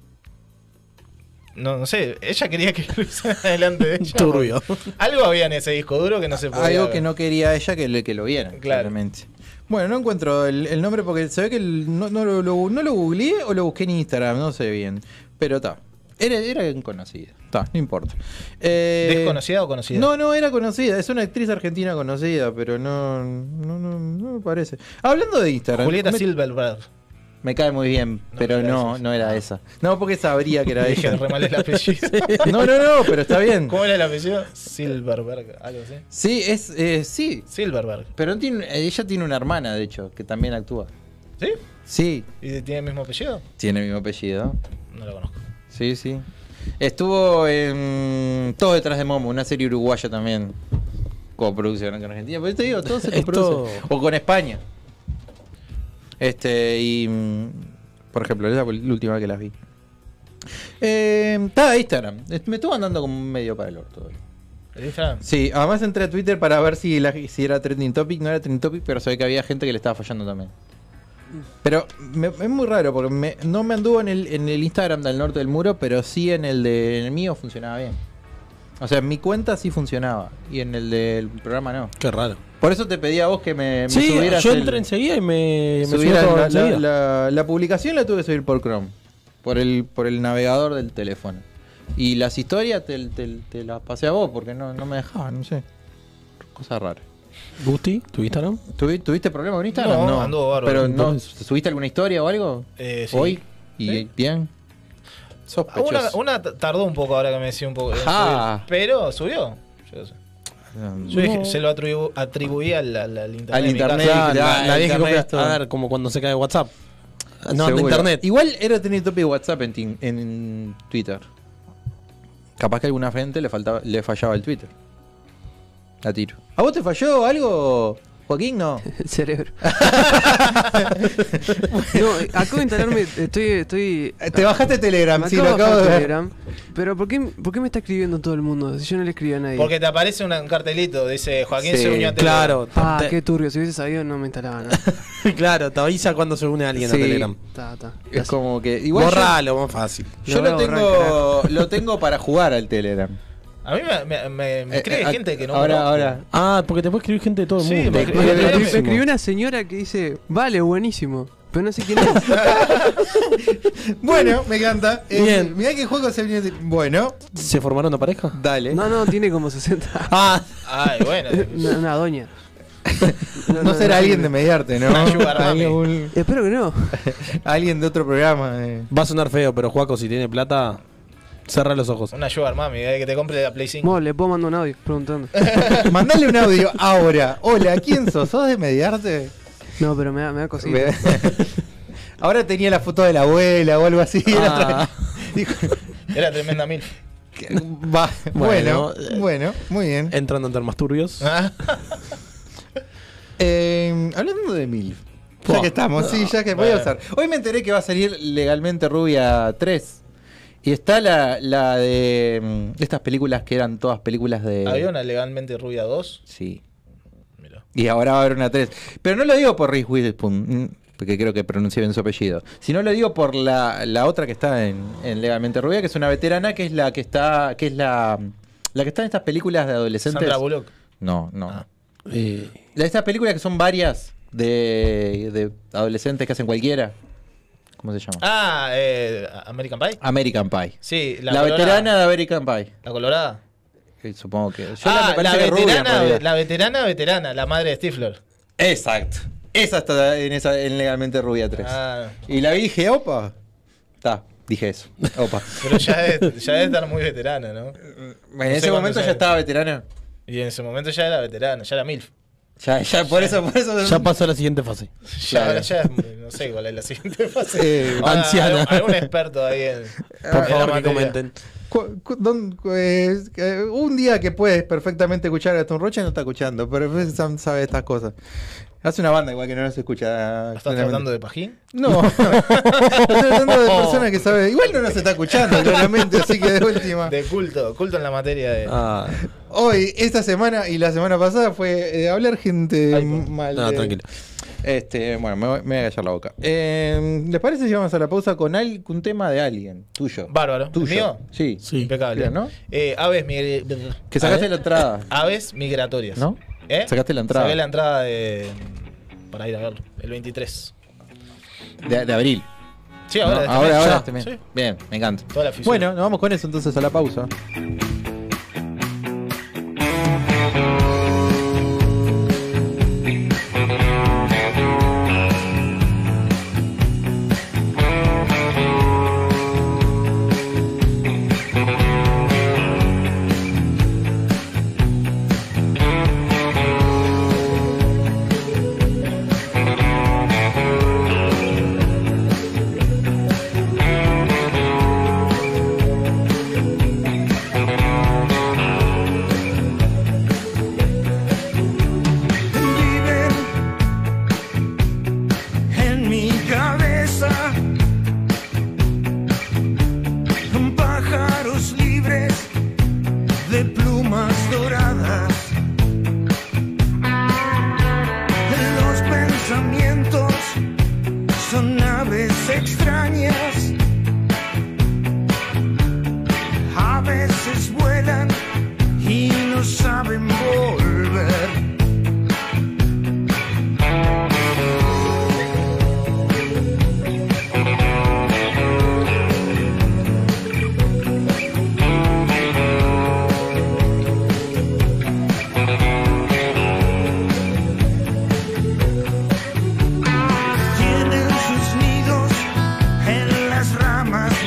Speaker 5: No, no sé, ella quería que lo hicieran adelante de ella.
Speaker 3: Turbio.
Speaker 5: Algo había en ese disco duro que no se podía.
Speaker 1: Algo
Speaker 5: ver.
Speaker 1: que no quería ella que, le- que lo viera,
Speaker 5: Claro.
Speaker 1: claramente. Bueno, no encuentro el, el nombre porque se ve que el- no, no lo, lo- no lo googleé o lo busqué en Instagram, no sé bien. Pero está. Era, era conocida. Está, no importa. Eh,
Speaker 5: ¿Desconocida o conocida?
Speaker 1: No, no, era conocida. Es una actriz argentina conocida, pero no, no, no, no me parece. Hablando de Instagram.
Speaker 5: Julieta
Speaker 1: me,
Speaker 5: Silverberg.
Speaker 1: me cae muy bien, pero
Speaker 5: era
Speaker 1: no,
Speaker 5: esa.
Speaker 1: no era esa. Ah. No, porque sabría que era
Speaker 5: Dije
Speaker 1: ella.
Speaker 5: re mal el apellido.
Speaker 1: No, no, no, pero está bien.
Speaker 5: ¿Cómo era el apellido? Silverberg, algo así.
Speaker 1: Sí, es, eh, sí.
Speaker 5: Silverberg.
Speaker 1: Pero tiene, ella tiene una hermana, de hecho, que también actúa.
Speaker 5: ¿Sí?
Speaker 1: Sí.
Speaker 5: ¿Y tiene el mismo apellido?
Speaker 1: Tiene el mismo apellido.
Speaker 5: No lo conozco.
Speaker 1: Sí, sí. Estuvo en Todo detrás de Momo, una serie uruguaya también. Coproducción con Argentina. Pero te digo, todo se
Speaker 3: Esto-
Speaker 1: coproduce. O con España. Este, y. mm, Por ejemplo, esa fue la última vez que las vi. Eh, estaba Instagram. Es- Me estuvo andando como medio para el orto. hoy.
Speaker 5: ¿El Instagram?
Speaker 1: Sí, además entré a Twitter para ver si, la- si era trending topic. No era trending topic, pero se ve que había gente que le estaba fallando también. Pero me- es muy raro porque me- no me anduvo en el, en el Instagram del norte del muro, pero sí en el de en el mío funcionaba bien. O sea, en mi cuenta sí funcionaba y en el del programa no.
Speaker 3: Qué raro.
Speaker 1: Por eso te pedí a vos que Eh, me, me
Speaker 3: Sí,
Speaker 1: subieras
Speaker 3: yo
Speaker 1: el-
Speaker 3: entré enseguida y me, me subió
Speaker 1: subieras
Speaker 3: todo
Speaker 1: la, la-
Speaker 3: enseguida.
Speaker 1: la- la publicación la tuve que subir por Chrome, por el por el navegador del teléfono. Y las historias te, te- te las pasé a vos porque no, no me dejaban, no sé. Cosa rara.
Speaker 3: Gusti, ¿tu Instagram?
Speaker 1: ¿Tuvi- ¿Tuviste problemas con Instagram?
Speaker 5: No, anduvo bárbaro.
Speaker 1: Pero no,
Speaker 3: Entonces-
Speaker 1: ¿subiste alguna historia o algo?
Speaker 5: Eh, sí.
Speaker 1: Hoy y
Speaker 5: Sí.
Speaker 1: bien.
Speaker 5: Ah, Una,
Speaker 1: Sospechoso.
Speaker 5: una t- tardó un poco ahora que me decía un poco. en
Speaker 1: Ajá.
Speaker 5: subir, pero subió. Yo, qué sé. Yo dije, se lo atribu- atribuí al, al- al internet.
Speaker 1: Al
Speaker 5: de mi
Speaker 1: internet,
Speaker 5: casa.
Speaker 1: Ah, la- la vieja
Speaker 3: vieja
Speaker 1: que
Speaker 3: internet,
Speaker 1: compraste.
Speaker 3: A ver, como cuando se cae WhatsApp. No, de
Speaker 1: Seguro.
Speaker 3: internet.
Speaker 1: Igual era tener tope de WhatsApp en, tin- en Twitter. Capaz que a alguna gente le faltaba, le fallaba el Twitter. La tiro. ¿A vos te falló algo? Joaquín no.
Speaker 4: El cerebro. no, eh, acabo de instalarme. Estoy. estoy
Speaker 1: Eh, Te bajaste Telegram,
Speaker 4: me
Speaker 1: sí, lo
Speaker 4: acabo de
Speaker 1: acabo
Speaker 4: bajar
Speaker 1: de ver.
Speaker 4: Telegram. Pero ¿por qué, ¿por qué me está escribiendo todo el mundo? Si yo no le escribí a nadie.
Speaker 5: Porque te aparece una- un cartelito, dice Joaquín
Speaker 1: Sí,
Speaker 5: se unió a Telegram.
Speaker 3: Claro,
Speaker 4: ah,
Speaker 3: te-
Speaker 4: qué turbio. Si hubiese sabido, no me instalaba nada.
Speaker 3: claro, te avisa cuando se une alguien
Speaker 1: Sí.
Speaker 3: a Telegram.
Speaker 4: Está, está.
Speaker 1: Es como que. Igual yo-
Speaker 3: Borralo, más fácil.
Speaker 1: Yo
Speaker 4: Lo
Speaker 1: lo,
Speaker 4: voy a borrar,
Speaker 1: tengo, lo tengo para jugar al Telegram.
Speaker 5: A mí me, me- me- me
Speaker 1: Eh,
Speaker 5: escribe
Speaker 1: eh,
Speaker 5: gente que no
Speaker 1: Ahora,
Speaker 5: conozco.
Speaker 1: ahora.
Speaker 3: Ah, porque te puede escribir gente de todo el
Speaker 5: Sí,
Speaker 3: mundo.
Speaker 5: me
Speaker 1: Te-
Speaker 5: escribe-
Speaker 4: Me
Speaker 1: Eh,
Speaker 4: escribió- me
Speaker 5: me-
Speaker 4: escribió una señora que dice: Vale, buenísimo. Pero no sé quién es.
Speaker 1: Bueno, me encanta. Eh,
Speaker 3: Bien.
Speaker 1: Mirá qué juego se viene. Bueno,
Speaker 3: ¿Se formaron una pareja?
Speaker 1: dale.
Speaker 4: No, no, tiene como 60.
Speaker 3: Ah,
Speaker 5: Ay, bueno.
Speaker 4: Una, una doña.
Speaker 1: No, será alguien de Mediarte, ¿no?
Speaker 5: Una sugar
Speaker 1: Ahí
Speaker 5: mami.
Speaker 1: algún-
Speaker 4: Espero que no.
Speaker 1: alguien de otro programa. eh.
Speaker 3: va a sonar feo, pero Juaco, si tiene plata, cerra los ojos.
Speaker 5: Una sugar mami, eh, que te compre la Play 5.
Speaker 4: Mo, le puedo mandar un audio preguntando.
Speaker 1: Mandale un audio ahora. Hola, ¿quién sos? ¿Sos de Mediarte?
Speaker 4: No, pero me da, me da cosita.
Speaker 1: Me- ahora tenía la foto de la abuela o algo así. Era otra-
Speaker 3: Ah,
Speaker 1: Dijo,
Speaker 5: Era tremenda mil.
Speaker 1: que- va, bueno,
Speaker 3: Bueno,
Speaker 1: bueno, muy bien.
Speaker 3: entrando en temas turbios.
Speaker 5: Ah,
Speaker 1: Eh, hablando de MILF. Ya
Speaker 3: Buah.
Speaker 1: que estamos, sí, ya que voy a
Speaker 5: Bueno.
Speaker 1: usar. Hoy me enteré que va a salir legalmente Rubia 3. Y está la, la de mm, estas películas que eran todas películas de.
Speaker 5: Había una legalmente rubia 2.
Speaker 1: Sí.
Speaker 5: Mirá.
Speaker 1: Y ahora va a haber una 3. Pero no lo digo por Reese Witherspoon, mm, porque creo que pronuncié bien su apellido. Sino lo digo por la, la otra que está en, en Legalmente Rubia, que es una veterana, que es la que está. que es la. La que está en estas películas de adolescentes.
Speaker 5: Sandra Bullock.
Speaker 1: No, no.
Speaker 5: Ah.
Speaker 3: Eh,
Speaker 1: La de Estas películas que son varias de, de adolescentes que hacen cualquiera. ¿Cómo se llama?
Speaker 5: Ah, eh, American Pie.
Speaker 1: American Pie.
Speaker 5: Sí, la,
Speaker 1: La,
Speaker 5: colorada.
Speaker 1: veterana de American Pie.
Speaker 5: La colorada.
Speaker 1: que Supongo que. Yo
Speaker 5: ah,
Speaker 1: me
Speaker 5: la,
Speaker 1: parece que es rubia, en
Speaker 5: veterana,
Speaker 1: realidad.
Speaker 5: la veterana, veterana, la madre de Stifler.
Speaker 1: Exacto. Esa está en, esa, en Legalmente Rubia 3.
Speaker 5: Ah,
Speaker 1: Y la vi y dije, opa. Está, dije eso. Opa.
Speaker 5: pero ya es- ya debe estar muy veterana, ¿no?
Speaker 1: en ese
Speaker 5: cuándo
Speaker 1: momento
Speaker 5: sale.
Speaker 1: ya estaba veterana.
Speaker 5: Y en ese momento ya era veterana, ya era MILF.
Speaker 1: Ya, ya, por eso, por eso.
Speaker 3: ya pasó a la siguiente fase.
Speaker 5: Ya,
Speaker 1: Claro.
Speaker 5: ya no sé cuál es la siguiente fase.
Speaker 1: Eh, Ah,
Speaker 5: Ahora,
Speaker 3: anciana.
Speaker 5: algún- Algún experto ahí en. en
Speaker 3: Por
Speaker 5: la
Speaker 3: favor, que
Speaker 5: Ah, materia.
Speaker 3: comenten.
Speaker 1: Cu- cu- don- cu- eh, eh, un día que puedes perfectamente escuchar a Gastón Rocha no está escuchando, pero pues, Sam sabe estas cosas. Hace una banda igual que no nos escucha.
Speaker 5: ¿Estás
Speaker 1: claramente.
Speaker 5: tratando de pajín?
Speaker 1: No, estoy tratando de personas que sabe. Igual no nos está escuchando, claramente, así que de última.
Speaker 5: De culto, culto en la materia de.
Speaker 3: Ah,
Speaker 1: Hoy, esta semana y la semana pasada fue eh, hablar gente
Speaker 5: Ay,
Speaker 1: mal.
Speaker 3: no,
Speaker 1: de-
Speaker 3: tranquilo.
Speaker 1: Este, bueno, me voy, me voy a callar la boca. Eh, ¿Les parece si vamos a la pausa con al- un tema de alguien? Tuyo.
Speaker 5: Bárbaro.
Speaker 1: Tuyo.
Speaker 5: ¿Mío?
Speaker 1: Sí.
Speaker 3: Sí.
Speaker 5: Impecable.
Speaker 1: Bien, ¿no?
Speaker 5: Eh, aves, migra-
Speaker 1: Que sacaste
Speaker 5: aves-
Speaker 1: la entrada.
Speaker 5: aves migratorias.
Speaker 1: ¿No?
Speaker 5: ¿Eh?
Speaker 1: Sacaste la entrada.
Speaker 5: Saqué la entrada de. Para ir a verlo. El 23.
Speaker 1: De, de abril.
Speaker 5: Sí,
Speaker 1: ¿no?
Speaker 5: ahora. de este
Speaker 1: ahora,
Speaker 5: mes.
Speaker 1: ahora.
Speaker 5: Ya,
Speaker 1: este mes.
Speaker 5: sí.
Speaker 1: Bien, me encanta.
Speaker 5: Toda la fisura.
Speaker 1: Bueno, nos vamos con eso entonces a la pausa.
Speaker 6: viven en mi cabeza pájaros libres de plumas doradas los pensamientos son aves extrañas a veces vuelan y no saben volver Tienen sus nidos en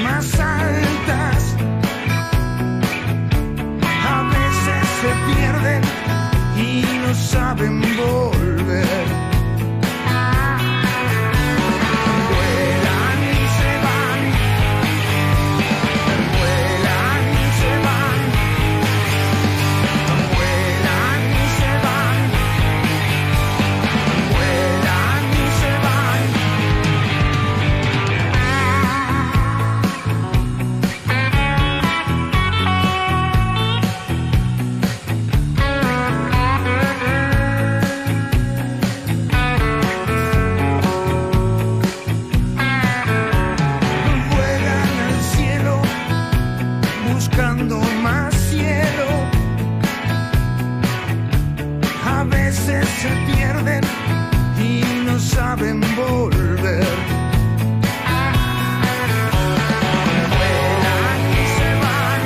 Speaker 6: que se pierden y no saben volver. Vuelan y se van,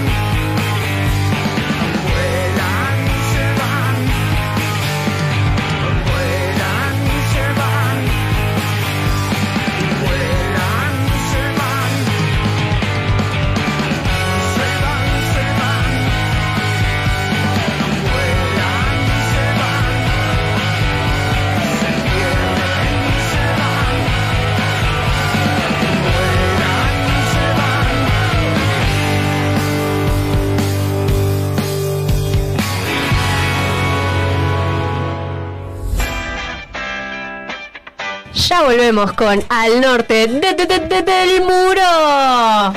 Speaker 6: vuelan y se van, vuelan y se van, vuelan y se van, se van, se van. Vuelan y se van, se pierden y se van. Vuelan y se van.
Speaker 7: Ya volvemos con Al Norte de- de- de- de- del Muro.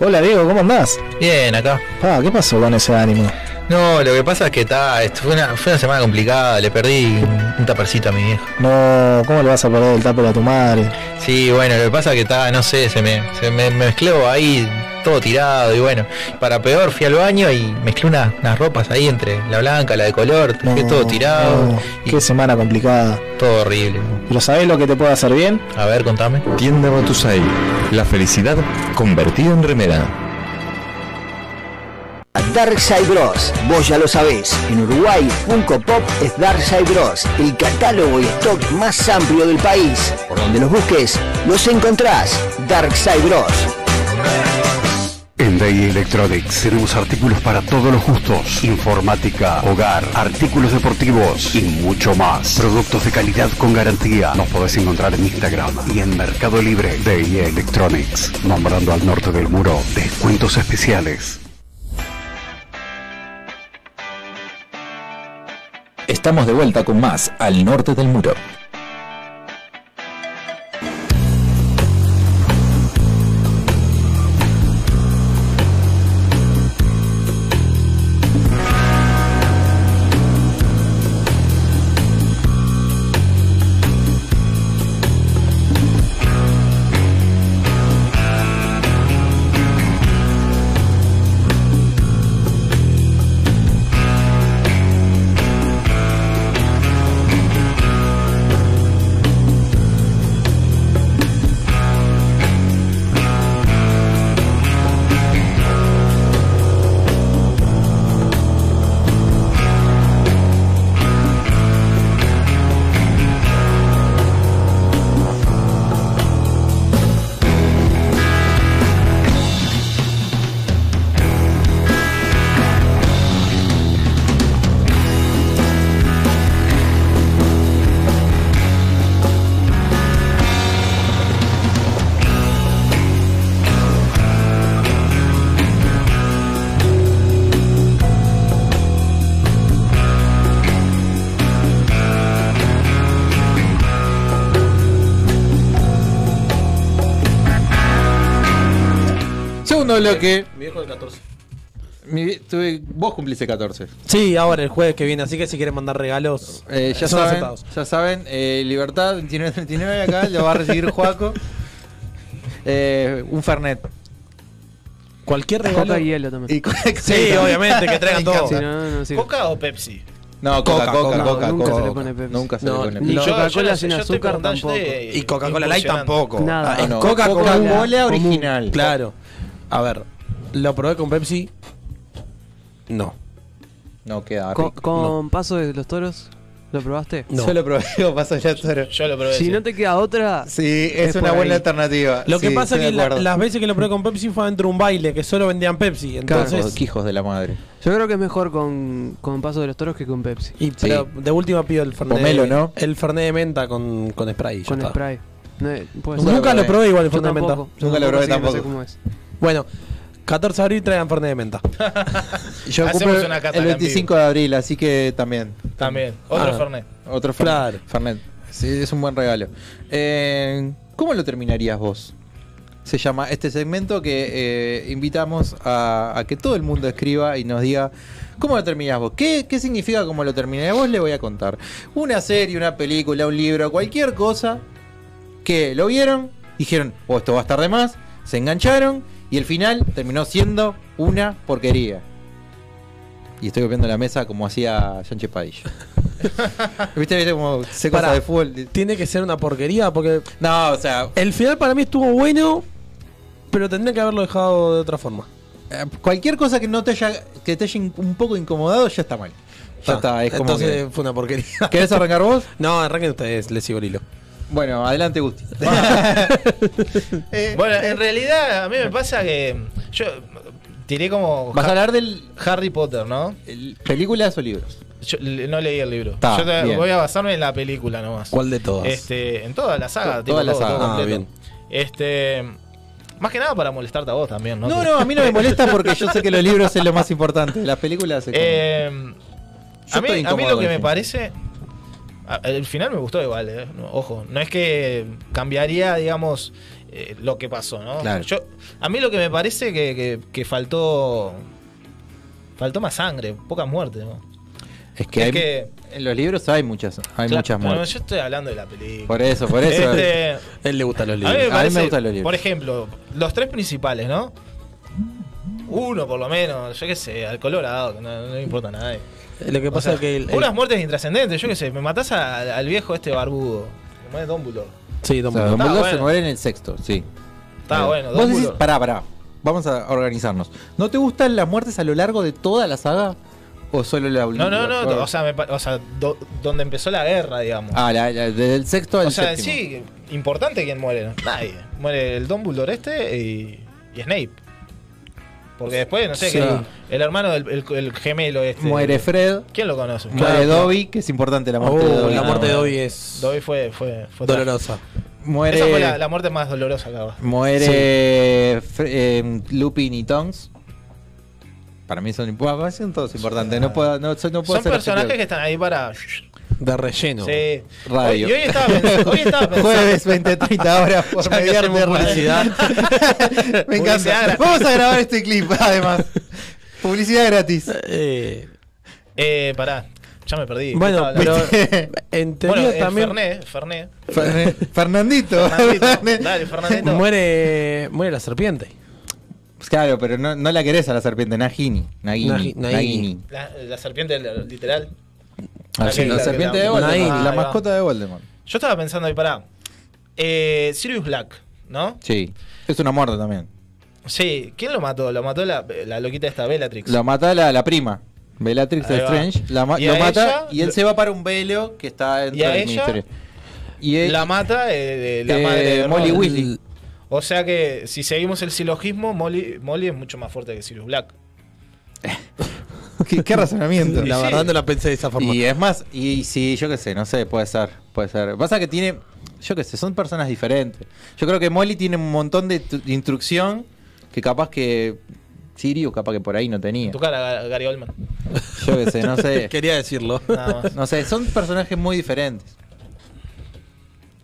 Speaker 8: Hola Diego, ¿cómo andás?
Speaker 5: Bien, acá.
Speaker 8: Pa, Ah, ¿qué pasó con ese ánimo?
Speaker 5: No, lo que pasa es que está, esto fue una, fue una semana complicada, le perdí un, un tapercito a mi vieja.
Speaker 8: No, ¿cómo le vas a perder el tapo a tu madre?
Speaker 5: Sí, bueno, lo que pasa es que está, no sé, se me, se me me mezcló ahí todo tirado y bueno, para peor fui al baño y mezclé una- unas ropas ahí entre la blanca, la de color,
Speaker 8: No,
Speaker 5: dejé todo tirado
Speaker 8: no,
Speaker 5: y
Speaker 8: qué semana complicada.
Speaker 5: todo horrible.
Speaker 8: ¿Pero sabés lo que te puede hacer bien?
Speaker 5: A ver, contame.
Speaker 9: Tienda Batusai. La felicidad convertida en remera.
Speaker 10: Darkside Bros. Vos ya lo sabés. En Uruguay, Funko Pop es Darkside Bros. El catálogo y stock más amplio del país. Por donde los busques, los encontrás. Darkside Bros.
Speaker 11: En Day Electronics tenemos artículos para todos los gustos, informática, hogar, artículos deportivos y mucho más. Productos de calidad con garantía. Nos podés encontrar en Instagram y en Mercado Libre. Day Electronics, nombrando al norte del muro, descuentos especiales.
Speaker 9: Estamos de vuelta con más al norte del muro.
Speaker 1: Segundo bloque.
Speaker 3: Mi viejo del 14.
Speaker 1: Mi vie- tuve- vos cumpliste 14.
Speaker 3: Sí, ahora el jueves que viene, así que si quieren mandar regalos,
Speaker 1: Eh, ya,
Speaker 3: son
Speaker 1: saben,
Speaker 3: aceptados.
Speaker 1: ya saben, eh, Libertad 2939 acá lo va a recibir Juaco. Eh, un Fernet.
Speaker 3: Cualquier regalo.
Speaker 4: Coca y hielo también.
Speaker 1: Y-
Speaker 3: Sí, obviamente, que traigan
Speaker 5: Me
Speaker 3: todo.
Speaker 4: Sí, no, no, sí.
Speaker 5: ¿Coca o Pepsi?
Speaker 1: No, Coca, Coca,
Speaker 4: No,
Speaker 1: Coca.
Speaker 4: nunca
Speaker 1: Coca.
Speaker 4: se le pone Pepsi.
Speaker 1: Nunca se
Speaker 3: No,
Speaker 1: le pone
Speaker 4: Ni
Speaker 1: Pepsi.
Speaker 4: Coca-Cola sin
Speaker 5: yo estoy
Speaker 4: azúcar
Speaker 5: preguntando, yo
Speaker 4: tampoco.
Speaker 5: estoy
Speaker 2: Y Coca-Cola Light
Speaker 5: impulsionando.
Speaker 2: tampoco.
Speaker 4: Nada.
Speaker 2: Ah,
Speaker 4: Ah,
Speaker 2: es
Speaker 1: no.
Speaker 2: Coca-Cola.
Speaker 1: Coca-Cola original.
Speaker 3: Claro. A ver, lo probé con Pepsi. No.
Speaker 1: No queda.
Speaker 4: Con,
Speaker 1: rico.
Speaker 4: con paso de los toros, ¿lo probaste?
Speaker 3: No.
Speaker 1: Yo lo probé, lo paso ya toro.
Speaker 5: Yo lo probé.
Speaker 4: Si
Speaker 5: sí.
Speaker 4: no te queda otra,
Speaker 1: Sí, es,
Speaker 4: Es
Speaker 1: una
Speaker 4: por
Speaker 1: buena
Speaker 4: ahí.
Speaker 1: alternativa.
Speaker 3: Lo que
Speaker 1: Sí,
Speaker 3: pasa
Speaker 1: estoy
Speaker 3: es que
Speaker 1: de
Speaker 3: la-
Speaker 1: acuerdo.
Speaker 3: las veces que lo probé con Pepsi fue dentro de un baile que solo vendían Pepsi.
Speaker 1: Claro,
Speaker 3: Entonces,
Speaker 1: qué hijos de la madre.
Speaker 4: yo creo que es mejor con, con paso de los toros que con Pepsi.
Speaker 3: y, pero de última pido el Fernet.
Speaker 1: Pomelo, ¿no?
Speaker 3: El Fernet de menta con, con spray. ya
Speaker 4: con
Speaker 3: está.
Speaker 4: spray. No, eh, puede ser.
Speaker 3: Nunca lo probé igual el
Speaker 4: Yo
Speaker 3: Fernet de menta.
Speaker 4: tampoco.
Speaker 1: Nunca lo probé
Speaker 4: así que no sé
Speaker 1: tampoco.
Speaker 4: cómo es.
Speaker 3: Bueno, 14 de abril traigan Fernet de menta.
Speaker 1: Yo
Speaker 5: Hacemos
Speaker 1: cumplo
Speaker 5: una cata
Speaker 1: el
Speaker 5: acá en
Speaker 1: 25 de abril, así que también.
Speaker 5: También. Otro
Speaker 3: Ah.
Speaker 5: Fernet.
Speaker 1: Otro Fernet.
Speaker 3: Claro.
Speaker 1: Fernet. Sí, es un buen regalo. Eh, ¿Cómo lo terminarías vos? Se llama este segmento que eh, invitamos a, a que todo el mundo escriba y nos diga cómo lo terminás vos. ¿Qué, qué significa cómo lo terminás vos? Le voy a contar. Una serie, una película, un libro, cualquier cosa que lo vieron, dijeron, oh, esto va a estar de más, se engancharon y el final terminó siendo una porquería. y estoy golpeando la mesa como hacía Sánchez Padilla. ¿Viste? ¿Viste cómo se cosa
Speaker 3: Pará,
Speaker 1: de fútbol?
Speaker 3: Tiene que ser una porquería porque
Speaker 1: No, o sea,
Speaker 3: el final para mí estuvo bueno, pero tendría que haberlo dejado de otra forma.
Speaker 1: eh, cualquier cosa que no te haya, que te haya in- un poco incomodado ya está mal. Ya
Speaker 3: Ah,
Speaker 1: está, es como
Speaker 3: entonces fue una porquería.
Speaker 1: que- ¿Querés arrancar vos?
Speaker 3: No, arranquen ustedes, les sigo el hilo.
Speaker 1: Bueno, adelante Gusti.
Speaker 5: Eh, bueno, en realidad a mí me pasa que yo tiré como
Speaker 1: Vas a hablar del
Speaker 5: Harry Potter, ¿no?
Speaker 1: películas o libros.
Speaker 5: Yo le- no leí el libro.
Speaker 1: Está,
Speaker 5: yo te-
Speaker 1: bien.
Speaker 5: voy a basarme en la película nomás.
Speaker 3: ¿Cuál de todas?
Speaker 5: Este, en toda la saga,
Speaker 1: To-
Speaker 5: tipo,
Speaker 1: toda la
Speaker 5: todo-
Speaker 1: saga.
Speaker 5: todo
Speaker 1: Ah,
Speaker 5: completo.
Speaker 3: bien.
Speaker 5: Este, más que nada para molestarte a vos también, ¿no?
Speaker 1: No,
Speaker 5: Que-
Speaker 1: no, a mí no me molesta porque yo sé que los libros es lo más importante. Las películas se
Speaker 5: Eh,
Speaker 1: Yo
Speaker 5: a, mí,
Speaker 1: estoy
Speaker 5: a mí
Speaker 1: incómodo
Speaker 5: lo
Speaker 1: con
Speaker 5: que
Speaker 1: el
Speaker 5: me
Speaker 1: fin.
Speaker 5: parece. a- El final me gustó igual, eh, no, ojo. No es que cambiaría, digamos, eh, lo que pasó, ¿no?
Speaker 1: Claro.
Speaker 5: Yo, a mí lo que me parece que, que- que faltó. Faltó más sangre, pocas muertes, ¿no?
Speaker 1: Es que,
Speaker 5: Es
Speaker 1: hay-
Speaker 5: que-
Speaker 1: en los libros hay muchas, hay
Speaker 5: Claro,
Speaker 1: muchas
Speaker 5: pero
Speaker 1: muertes.
Speaker 5: yo estoy hablando de la película.
Speaker 1: Por eso, por eso.
Speaker 5: Este,
Speaker 3: Él le gustan los
Speaker 5: a mí me,
Speaker 1: A
Speaker 3: libros.
Speaker 1: mí me
Speaker 5: parece,
Speaker 1: gustan los libros.
Speaker 5: Por ejemplo, los tres principales, ¿no? Uno por lo menos, yo qué sé, al colorado, que no, no le importa a nadie.
Speaker 3: Lo que
Speaker 5: O
Speaker 3: pasa
Speaker 5: sea,
Speaker 3: es que. el- el-
Speaker 5: unas muertes intrascendentes, yo qué sé, me matás al, al viejo este barbudo. Me muere Dumbledore.
Speaker 3: Sí,
Speaker 1: O
Speaker 3: Tom
Speaker 1: sea,
Speaker 3: Brady.
Speaker 1: Dumbledore se
Speaker 5: bueno.
Speaker 1: muere en el sexto, sí.
Speaker 5: Está Ah, bueno,
Speaker 1: Eh, Vos decís,
Speaker 5: Dumbledore.
Speaker 1: pará, pará. Vamos a organizarnos. ¿No te gustan las muertes a lo largo de toda la saga? ¿O solo la
Speaker 5: No, no, no, o sea, me pa- o sea, do- donde empezó la guerra, digamos.
Speaker 1: Ah, la, la- desde el sexto al
Speaker 5: o sea,
Speaker 1: séptimo.
Speaker 5: sí, importante quién muere, ¿no? Nadie. Muere el Dumbledore este y, y Snape. Porque después, no sé,
Speaker 1: Sí.
Speaker 5: que el, el hermano del el, el gemelo este.
Speaker 1: Muere Fred,
Speaker 5: ¿Quién lo conoce?
Speaker 1: muere Dobby, que es importante la muerte de
Speaker 3: Oh,
Speaker 1: Dobby. Ah.
Speaker 3: la muerte de
Speaker 5: no.
Speaker 3: Dobby es
Speaker 5: Dobby fue, fue, fue
Speaker 3: dolorosa.
Speaker 5: trágico.
Speaker 1: Muere,
Speaker 5: Esa fue la, la muerte más dolorosa acá.
Speaker 1: muere Fre- eh, Lupin y Tonks. Para mí son, imp- son todos importantes. No puedo, no, yo no puedo
Speaker 5: Son
Speaker 1: ser
Speaker 5: personajes
Speaker 1: objetivo.
Speaker 5: que están ahí para.
Speaker 3: De relleno.
Speaker 5: Sí.
Speaker 1: Radio.
Speaker 5: Hoy, y hoy estaba pens- hoy estaba pensando.
Speaker 1: Jueves 20-30 horas por
Speaker 5: Ya que
Speaker 1: mediar de
Speaker 5: hacemos
Speaker 1: publicidad. Me
Speaker 5: Publicidad
Speaker 1: encanta.
Speaker 5: gratis.
Speaker 1: Vamos a grabar este clip, además. Publicidad gratis.
Speaker 3: Eh,
Speaker 5: Eh, pará, ya me perdí.
Speaker 3: bueno,
Speaker 5: Estaba
Speaker 3: pero
Speaker 5: hablando-
Speaker 3: en teoría
Speaker 5: Bueno, eh,
Speaker 3: también
Speaker 5: Ferné, Ferné.
Speaker 1: Ferne- Fernandito.
Speaker 5: Fernandito. Dale, Fernandito.
Speaker 3: muere, muere la serpiente.
Speaker 1: Pues Claro, pero no, no la querés a la serpiente, Nagini. Nagini.
Speaker 3: Nagi- Nagini.
Speaker 5: La, la serpiente literal.
Speaker 1: Ah, sí,
Speaker 5: La
Speaker 1: la,
Speaker 5: que- la que-
Speaker 1: serpiente
Speaker 5: la-
Speaker 1: de Voldemort.
Speaker 5: Nagini.
Speaker 1: La
Speaker 5: Ahí va.
Speaker 1: mascota de Voldemort.
Speaker 5: Yo estaba pensando ahí, pará. Eh, Sirius Black, ¿no?
Speaker 1: Sí. Es una muerte también.
Speaker 5: Sí, ¿quién lo mató? Lo mató la, la loquita esta, Bellatrix.
Speaker 1: Lo mata la, la prima. Bellatrix
Speaker 5: Ahí va.
Speaker 1: Strange la ma-
Speaker 5: Y
Speaker 1: lo
Speaker 5: a
Speaker 1: mata
Speaker 5: ella-
Speaker 1: y él
Speaker 5: lo-
Speaker 1: se va para un velo que está dentro
Speaker 5: ¿Y a
Speaker 1: del
Speaker 5: ella?
Speaker 1: ministerio. Y él-
Speaker 5: La mata eh, de la
Speaker 1: eh,
Speaker 5: madre de Ron.
Speaker 1: Molly Weasley.
Speaker 5: O sea que si seguimos el silogismo, Molly, Molly es mucho más fuerte que Sirius Black.
Speaker 1: ¿Qué, qué razonamiento?
Speaker 3: La
Speaker 5: sí.
Speaker 3: verdad no la pensé de esa forma.
Speaker 1: Y es más, y sí, yo qué sé, no sé, puede ser, puede ser. Pasa que tiene, yo qué sé, son personas diferentes. Yo creo que Molly tiene un montón de tu- de instrucción que capaz que Sirius capaz que por ahí no tenía.
Speaker 5: Tu cara, Ga- Gary Oldman.
Speaker 1: Yo qué sé, no sé.
Speaker 3: Quería decirlo.
Speaker 5: Nada más.
Speaker 1: No sé, son personajes muy diferentes.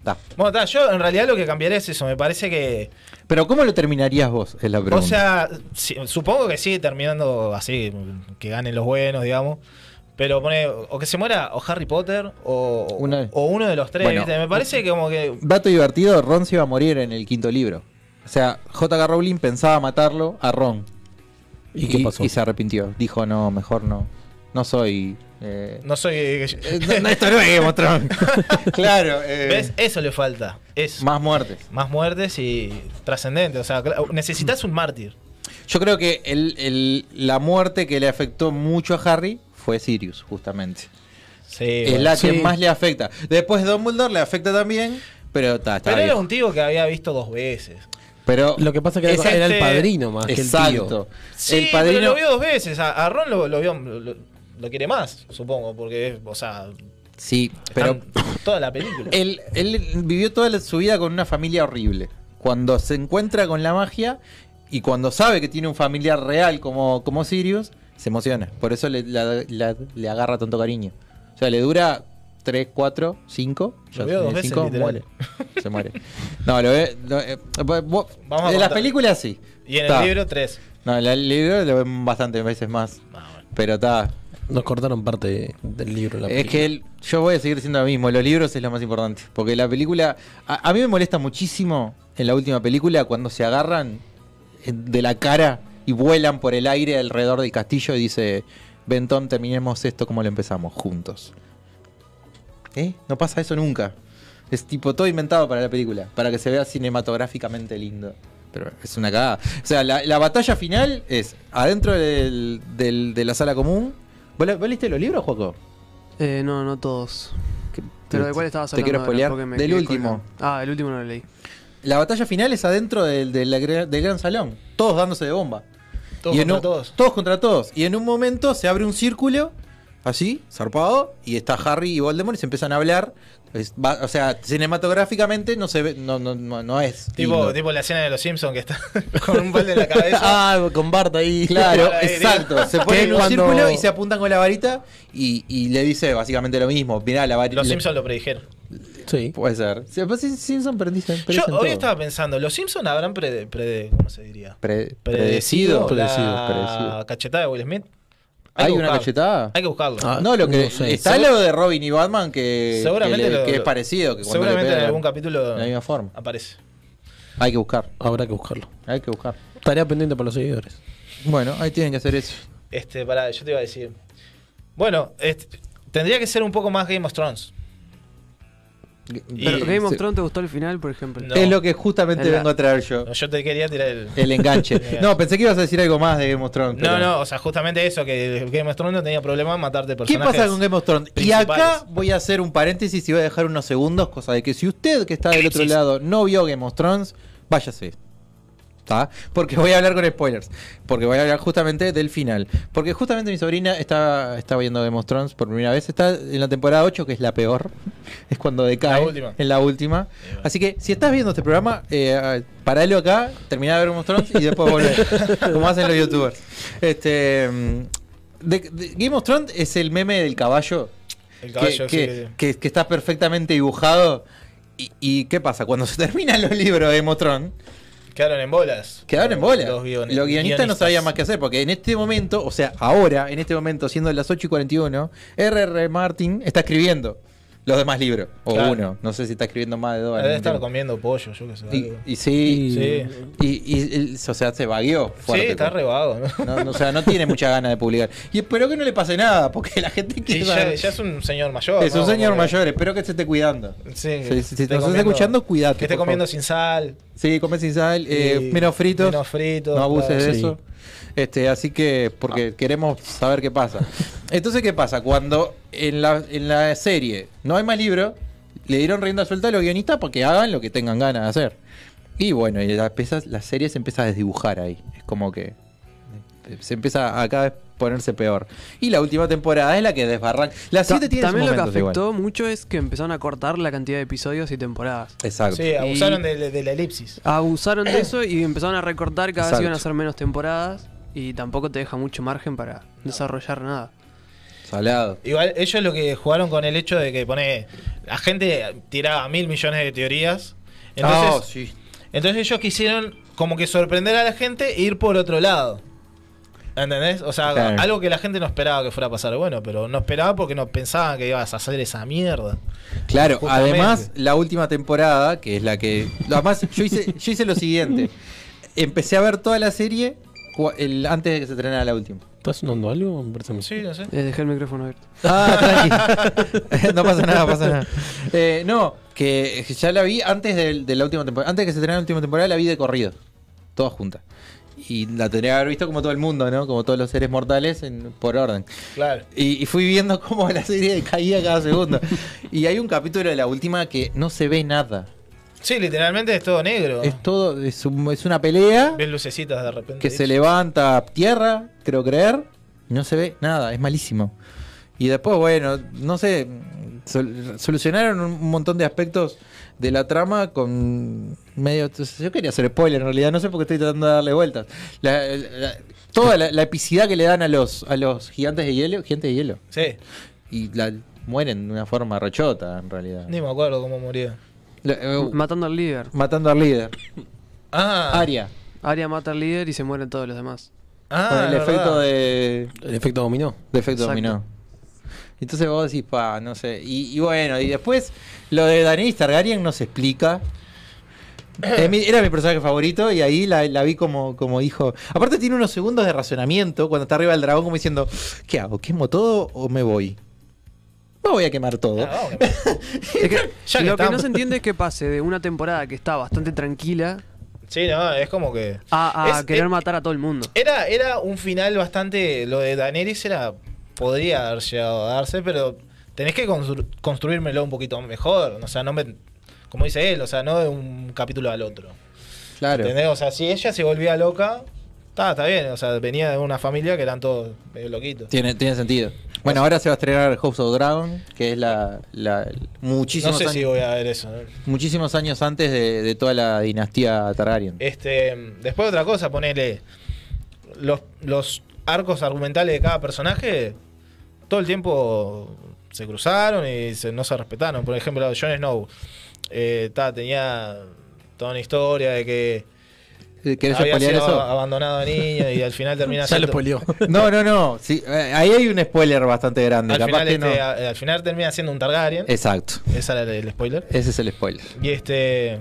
Speaker 1: Ta.
Speaker 5: Bueno, ta, yo en realidad lo que cambiaría es eso. Me parece que.
Speaker 1: Pero ¿cómo lo terminarías vos? Es la pregunta.
Speaker 5: O sea, sí, supongo que sigue terminando así, que ganen los buenos, digamos. Pero pone, o que se muera o Harry Potter o,
Speaker 1: Una-
Speaker 5: o uno de los tres.
Speaker 1: Bueno. eh,
Speaker 5: ¿viste? Me parece que como que.
Speaker 1: Dato divertido, Ron se iba a morir en el quinto libro. O sea, J.K. Rowling pensaba matarlo a Ron.
Speaker 3: ¿Y qué pasó?
Speaker 1: Y se arrepintió. Dijo, no, mejor no. No soy... eh,
Speaker 5: No soy.
Speaker 1: Eh, no, no, esto no es Game of Thrones. claro. eh,
Speaker 5: ¿Ves? Eso le falta. Eso.
Speaker 1: Más muertes.
Speaker 5: Más muertes y trascendente. O sea, cla- necesitas un mártir.
Speaker 1: Yo creo que el- el- la muerte que le afectó mucho a Harry fue Sirius, justamente.
Speaker 5: Sí,
Speaker 1: es
Speaker 5: bueno.
Speaker 1: la que
Speaker 3: Eh, Sí.
Speaker 1: más le afecta. Después Dumbledore le afecta también, pero está, está
Speaker 5: Pero era
Speaker 1: viejo.
Speaker 5: un tío que había visto dos veces.
Speaker 1: Pero
Speaker 3: Lo que pasa es que
Speaker 5: Exacto.
Speaker 3: era el padrino más que el tío.
Speaker 1: exacto.
Speaker 5: Sí,
Speaker 1: el padrino
Speaker 5: pero lo vio dos veces. A, a Ron lo, lo vio. Lo, lo quiere más, supongo, porque, o sea,
Speaker 1: Sí, pero eh,
Speaker 5: pero toda la película.
Speaker 1: él, él vivió toda la- su vida con una familia horrible. Cuando se encuentra con la magia y cuando sabe que tiene un familiar real como, como Sirius, se emociona. Por eso le, la- la- le agarra tanto cariño. O sea, le dura 3, 4, 5.
Speaker 5: Lo veo dos veces, literal.
Speaker 1: Eh, muere. Se muere. No, lo ve. lo- eh, vos-
Speaker 5: Vamos a
Speaker 1: en las
Speaker 5: contar.
Speaker 1: películas sí.
Speaker 5: y en
Speaker 1: Ta.
Speaker 5: el libro, tres.
Speaker 1: No, en el libro lo ven bastantes veces más.
Speaker 5: Ah, bueno.
Speaker 1: Pero está.
Speaker 3: Nos cortaron parte del libro. La
Speaker 1: Es que
Speaker 3: película.
Speaker 1: el- yo voy a seguir siendo lo mismo. Los libros es lo más importante. Porque la película. A, a mí me molesta muchísimo en la última película cuando se eh, agarran de la cara y vuelan por el aire alrededor del castillo y dice. Bentón, terminemos esto como lo empezamos, juntos. ¿Eh? No pasa eso nunca. Es tipo todo inventado para la película, para que se vea cinematográficamente lindo. Pero es una cagada. O sea, la, la batalla final es adentro del- del- de la sala común. ¿Vos, la- vos leíste los libros, Juaco?
Speaker 4: Eh, no, no todos. Pero de cuál estabas
Speaker 1: te
Speaker 4: hablando.
Speaker 1: quiero
Speaker 4: ahora?
Speaker 1: spoilear.
Speaker 4: Porque me
Speaker 1: Del
Speaker 4: quedé
Speaker 1: último.
Speaker 4: colgado. Ah, el último no lo leí.
Speaker 1: La batalla final es adentro del, del- del gran salón. Todos dándose de bomba.
Speaker 5: Todos
Speaker 1: Y en
Speaker 5: contra
Speaker 1: un-
Speaker 5: todos.
Speaker 1: Todos contra todos. Y en un momento se abre un círculo, así, zarpado, y está Harry y Voldemort y se empiezan a hablar. Es- va- o sea, cinematográficamente no se ve, no, no, no, no es.
Speaker 5: Tipo,
Speaker 1: lindo.
Speaker 5: tipo la escena de los Simpsons que está con un balde en la cabeza.
Speaker 3: Ah, con Bart ahí.
Speaker 1: Claro, exacto. Se ponen
Speaker 3: Que
Speaker 1: en un
Speaker 3: cuando-
Speaker 1: círculo y se apuntan con la varita y, y le dice básicamente lo mismo. Mirá, la varita.
Speaker 5: Los Simpsons lo predijeron.
Speaker 3: Sí.
Speaker 1: Puede ser. Sí, pues sí, Simpson predicen-
Speaker 5: Yo
Speaker 1: predicen
Speaker 5: hoy
Speaker 1: todo.
Speaker 5: estaba pensando, ¿los Simpsons habrán prede, prede- ¿cómo se diría?
Speaker 1: Pre-
Speaker 5: Predecido,
Speaker 1: predecido.
Speaker 5: la cachetada de Will Smith.
Speaker 1: ¿Hay,
Speaker 5: que
Speaker 1: una
Speaker 5: buscarlo.
Speaker 1: cachetada?
Speaker 5: Hay que buscarlo.
Speaker 1: no, lo que
Speaker 5: Ah, no sé.
Speaker 1: está
Speaker 5: Segu-
Speaker 1: lo de Robin y Batman que,
Speaker 5: Seguramente
Speaker 1: que le-
Speaker 5: lo-
Speaker 1: que es parecido. Que cuando le
Speaker 5: seguramente en
Speaker 1: pegan
Speaker 5: algún capítulo
Speaker 1: de la misma forma.
Speaker 5: aparece.
Speaker 1: Hay que buscar,
Speaker 3: Habrá que buscarlo.
Speaker 1: hay que buscar.
Speaker 3: Tarea pendiente para los seguidores.
Speaker 1: Bueno, ahí tienen que hacer eso.
Speaker 5: Este, pará, yo te iba a decir. Bueno, este, tendría que ser un poco más Game of Thrones. Y-
Speaker 4: Pero Game of
Speaker 1: se-
Speaker 4: Thrones te gustó el final, por ejemplo.
Speaker 5: No.
Speaker 1: Es lo que justamente
Speaker 4: Es la-
Speaker 1: vengo a traer yo.
Speaker 5: No, yo te quería tirar el.
Speaker 1: El enganche. no, pensé que ibas a decir algo más de Game of Thrones.
Speaker 5: No,
Speaker 1: Eh, pero-
Speaker 5: no, o sea, justamente eso, que Game of Thrones no tenía problema en matarte
Speaker 1: ¿Qué
Speaker 5: personajes.
Speaker 1: pasa con Game of Thrones? Y
Speaker 5: principales.
Speaker 1: acá voy a hacer un paréntesis y voy a dejar unos segundos, cosa de que si usted que está del otro lado no vio Game of Thrones, váyase. ¿Está? Porque voy a hablar con spoilers. Porque voy a hablar justamente del final. Porque justamente mi sobrina está, está viendo Game of Thrones por primera vez. Está en la temporada 8, que es la peor. Es cuando decae.
Speaker 5: La última.
Speaker 1: En la última. Así que si estás viendo este programa, eh, paralo acá, termina de ver Game of Thrones y después volvés. como hacen los youtubers. Este, mm, de- de- Game of Thrones es el meme del caballo
Speaker 5: El
Speaker 1: que,
Speaker 5: caballo
Speaker 1: que- que- que está perfectamente dibujado. Y, y qué pasa? Cuando se terminan los libros de Motrón,
Speaker 5: que quedaron en bolas.
Speaker 1: quedaron en bola. Los,
Speaker 5: Los guion-
Speaker 1: guionistas, no
Speaker 5: guionistas.
Speaker 1: sabían más que hacer, porque en este momento, o sea, ahora, en este momento, siendo las 8 y 41, R.R. Martin está escribiendo los demás libros. O
Speaker 5: Claro.
Speaker 1: uno, no sé si está escribiendo más de dos.
Speaker 5: Ah, Debe
Speaker 1: al
Speaker 5: estar
Speaker 1: mismo
Speaker 5: comiendo pollo, yo qué sé.
Speaker 1: tiempo.
Speaker 5: algo.
Speaker 1: y, y sí,
Speaker 5: Sí.
Speaker 1: Y, y él, o sea, se vagueó. fuerte,
Speaker 5: sí, está
Speaker 1: como-
Speaker 5: rebado, ¿no?
Speaker 1: no, no, o sea, no tiene mucha gana de publicar. Y espero que no le pase nada, porque la gente
Speaker 5: Y
Speaker 1: quiere
Speaker 5: ya,
Speaker 1: saber.
Speaker 5: ya es un señor mayor.
Speaker 1: es un
Speaker 5: ¿no?
Speaker 1: señor
Speaker 5: Como que-
Speaker 1: mayor, espero que se esté cuidando. Si,
Speaker 5: Sí,
Speaker 1: si- si
Speaker 5: esté
Speaker 1: nos estás
Speaker 5: comiendo-
Speaker 1: escuchando, cuidate.
Speaker 5: Que esté
Speaker 1: por favor.
Speaker 5: comiendo sin sal.
Speaker 1: Sí, come sin sal, eh,
Speaker 5: y-
Speaker 1: menos fritos.
Speaker 5: Menos fritos.
Speaker 1: no abuses
Speaker 5: claro.
Speaker 1: de
Speaker 5: Sí.
Speaker 1: eso. Ah. Este, así que, porque queremos saber qué pasa. Entonces, ¿qué pasa? Cuando en la, en la serie no hay más libro, le dieron rienda suelta a los guionistas para que hagan lo que tengan ganas de hacer. Y bueno, y la, pesa- la serie se empieza a desdibujar ahí. Es como que se empieza a cada vez ponerse peor. Y la última temporada es la que desbarranca. La
Speaker 4: Ta-
Speaker 1: 7 tiene sus
Speaker 4: también lo que
Speaker 1: momentos igual.
Speaker 4: afectó mucho es que empezaron a cortar la cantidad de episodios y temporadas.
Speaker 1: Exacto.
Speaker 5: Sí, abusaron de, de- de la elipsis.
Speaker 4: Abusaron de eso y empezaron a recortar, cada vez
Speaker 1: Exacto.
Speaker 4: iban a hacer menos temporadas y tampoco te deja mucho margen para desarrollar nada.
Speaker 1: Salado.
Speaker 5: Igual ellos lo que jugaron con el hecho de que pone. La gente tiraba mil millones de teorías. Entonces,
Speaker 1: Ah, sí.
Speaker 5: entonces ellos quisieron como que sorprender a la gente e ir por otro lado. ¿Entendés? O sea,
Speaker 1: Claro.
Speaker 5: algo que la gente no esperaba que fuera a pasar. Bueno, pero no esperaba porque no pensaban que ibas a hacer esa mierda.
Speaker 1: Claro,
Speaker 5: Justamente.
Speaker 1: además la última temporada, que es la que... Además yo hice, yo hice lo siguiente. Empecé a ver toda la serie cu- el- antes de que se estrenara la última.
Speaker 3: ¿Estás sonando algo? Me parece a mí.
Speaker 5: Sí, no sé.
Speaker 4: Eh, dejé el micrófono abierto.
Speaker 1: Ah, tranqui. no pasa nada, pasa nada. Eh, no, que ya la vi antes del- de, la última temporada. Antes de que se estrenara la última temporada la vi de corrido. Todas juntas. Y la tendría que haber visto como todo el mundo, ¿no? Como todos los seres mortales en- por orden.
Speaker 5: Claro.
Speaker 1: Y, y fui viendo cómo la serie caía cada segundo. y hay un capítulo de la última que no se ve nada.
Speaker 5: Sí, literalmente es todo negro.
Speaker 1: Es todo, es, un- es una pelea
Speaker 5: Ves lucecitas de repente.
Speaker 1: que se levanta a tierra, creo creer, y no se ve nada, es malísimo. Y después, bueno, no sé, sol- solucionaron un montón de aspectos de la trama con medio... Yo quería hacer spoiler en realidad, no sé por qué estoy tratando de darle vueltas. La- la- toda la, la epicidad que le dan a los, a los gigantes de hielo, gigantes de hielo,
Speaker 5: Sí,
Speaker 1: y la, mueren de una forma rechota en realidad.
Speaker 5: ni me acuerdo cómo murió.
Speaker 1: La- eh,
Speaker 4: Matando al líder.
Speaker 1: matando al líder.
Speaker 5: Ah,
Speaker 1: Aria,
Speaker 4: Arya mata al líder y se mueren todos los demás.
Speaker 5: ah,
Speaker 1: con el
Speaker 5: es
Speaker 1: efecto
Speaker 5: verdad.
Speaker 1: de...
Speaker 3: El efecto dominó.
Speaker 1: Defecto
Speaker 4: Exacto.
Speaker 1: dominó. Entonces vos decís, pa, no sé. Y, y bueno, y después lo de Daenerys Targaryen no se explica. Es mi- era mi personaje favorito y ahí la, la vi como, como hijo. Aparte tiene unos segundos de razonamiento cuando está arriba del dragón como diciendo, ¿qué hago? ¿Quemo todo o me voy? Me voy a quemar todo.
Speaker 4: Es que
Speaker 5: Ah, Ya que
Speaker 4: lo que
Speaker 5: estamos.
Speaker 4: no se entiende es que pase de una temporada que está bastante tranquila
Speaker 5: Sí, no, es como que.
Speaker 4: a, a
Speaker 5: Es-
Speaker 4: querer
Speaker 5: es-
Speaker 4: matar a todo el mundo.
Speaker 5: Era, era un final bastante. Lo de Daenerys era. Podría haber llegado a darse, pero tenés que constru- construírmelo un poquito mejor. O sea, no me. Como dice él, o sea, no de un capítulo al otro.
Speaker 1: Claro.
Speaker 5: ¿Entendés? O sea, si ella se volvía loca, está, está bien. O sea, venía de una familia que eran todos medio loquitos.
Speaker 1: Tiene, tiene sentido. Bueno, ahora se va a estrenar House of Dragon, que es la, la- muchísimos,
Speaker 5: no sé
Speaker 1: años,
Speaker 5: si voy a ver eso. ¿eh?
Speaker 1: muchísimos años antes de, de toda la dinastía Targaryen.
Speaker 5: Este, después otra cosa, ponele los, los arcos argumentales de cada personaje todo el tiempo se cruzaron y se- no se respetaron. Por ejemplo, Jon Snow eh, ta, tenía toda una historia de que
Speaker 1: Eh, ¿Querés
Speaker 5: había
Speaker 1: spoilear
Speaker 5: sido
Speaker 1: eso?
Speaker 5: abandonado de niño y al final termina siendo-
Speaker 1: No, no, no. Sí, eh, ahí hay un spoiler bastante grande.
Speaker 5: Al
Speaker 1: Capaz
Speaker 5: final,
Speaker 1: que
Speaker 5: este,
Speaker 1: no.
Speaker 5: a- al final termina siendo un Targaryen.
Speaker 1: Exacto.
Speaker 5: Ese era el- el spoiler.
Speaker 1: Ese es el spoiler.
Speaker 5: Y este.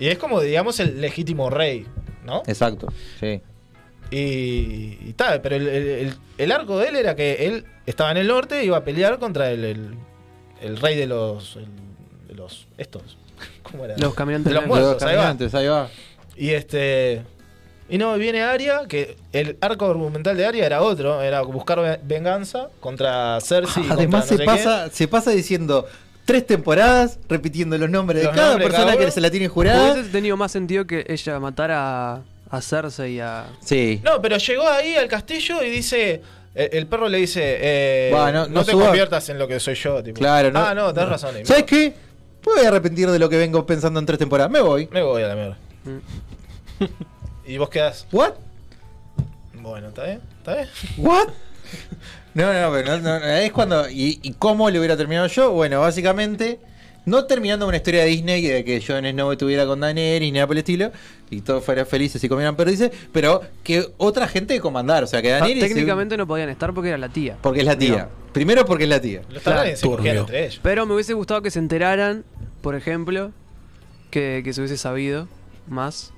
Speaker 5: Y es como, digamos, el legítimo rey, ¿no?
Speaker 1: Exacto. Sí.
Speaker 5: Y, y tal, pero el, el- el- el arco de él era que él estaba en el norte y iba a pelear contra el, el- el rey de los. el- de los. estos. ¿Cómo era?
Speaker 4: Los caminantes
Speaker 5: De los
Speaker 4: blancos.
Speaker 5: muertos,
Speaker 4: Los
Speaker 5: ahí va.
Speaker 4: caminantes,
Speaker 1: pues ahí va.
Speaker 5: Y este. Y no, viene Aria, que el arco argumental de Aria era otro, era buscar ve- venganza contra Cersei. y contra
Speaker 1: Ah, Además
Speaker 5: no
Speaker 1: se
Speaker 5: sé qué.
Speaker 1: pasa, se pasa diciendo tres temporadas repitiendo los nombres
Speaker 5: Los
Speaker 1: de cada
Speaker 5: nombres de
Speaker 1: persona
Speaker 5: cada uno. Pues
Speaker 1: que se la tiene jurada.
Speaker 4: Hubiese tenido más sentido que ella matara a, a Cersei y a.
Speaker 1: Sí.
Speaker 5: No, pero llegó ahí al castillo y dice. El, el perro le dice: eh,
Speaker 1: Bah, no-
Speaker 5: no,
Speaker 1: no
Speaker 5: te
Speaker 1: suba".
Speaker 5: conviertas en lo que soy yo. Tipo.
Speaker 1: Claro, no.
Speaker 5: Ah, no, tenés razón. y
Speaker 1: ¿Sabes qué? Me voy a arrepentir de lo que vengo pensando en tres temporadas. Me voy.
Speaker 5: Me voy a la mierda.
Speaker 1: Mm.
Speaker 5: Y vos quedás.
Speaker 1: ¿What?
Speaker 5: Bueno, ¿está bien? ¿Está bien?
Speaker 1: ¿What? No, no, pero no, no, no, es cuando. Y, y cómo le hubiera terminado yo? Bueno, básicamente, no terminando una historia de Disney de que Jon Snow estuviera con Daenerys ni nada por el estilo, y todos fueran felices y comieran perdices, pero que otra gente comandara. O sea, que
Speaker 4: Ah,
Speaker 1: Daenerys. ¿eh? se-
Speaker 4: Técnicamente no podían estar porque era la tía.
Speaker 1: porque es la tía. Primero porque es la tía.
Speaker 5: Los Targaryen se
Speaker 1: Turbio.
Speaker 5: cogían entre ellos.
Speaker 4: Pero me hubiese gustado que se enteraran, por ejemplo, que, que se hubiese sabido más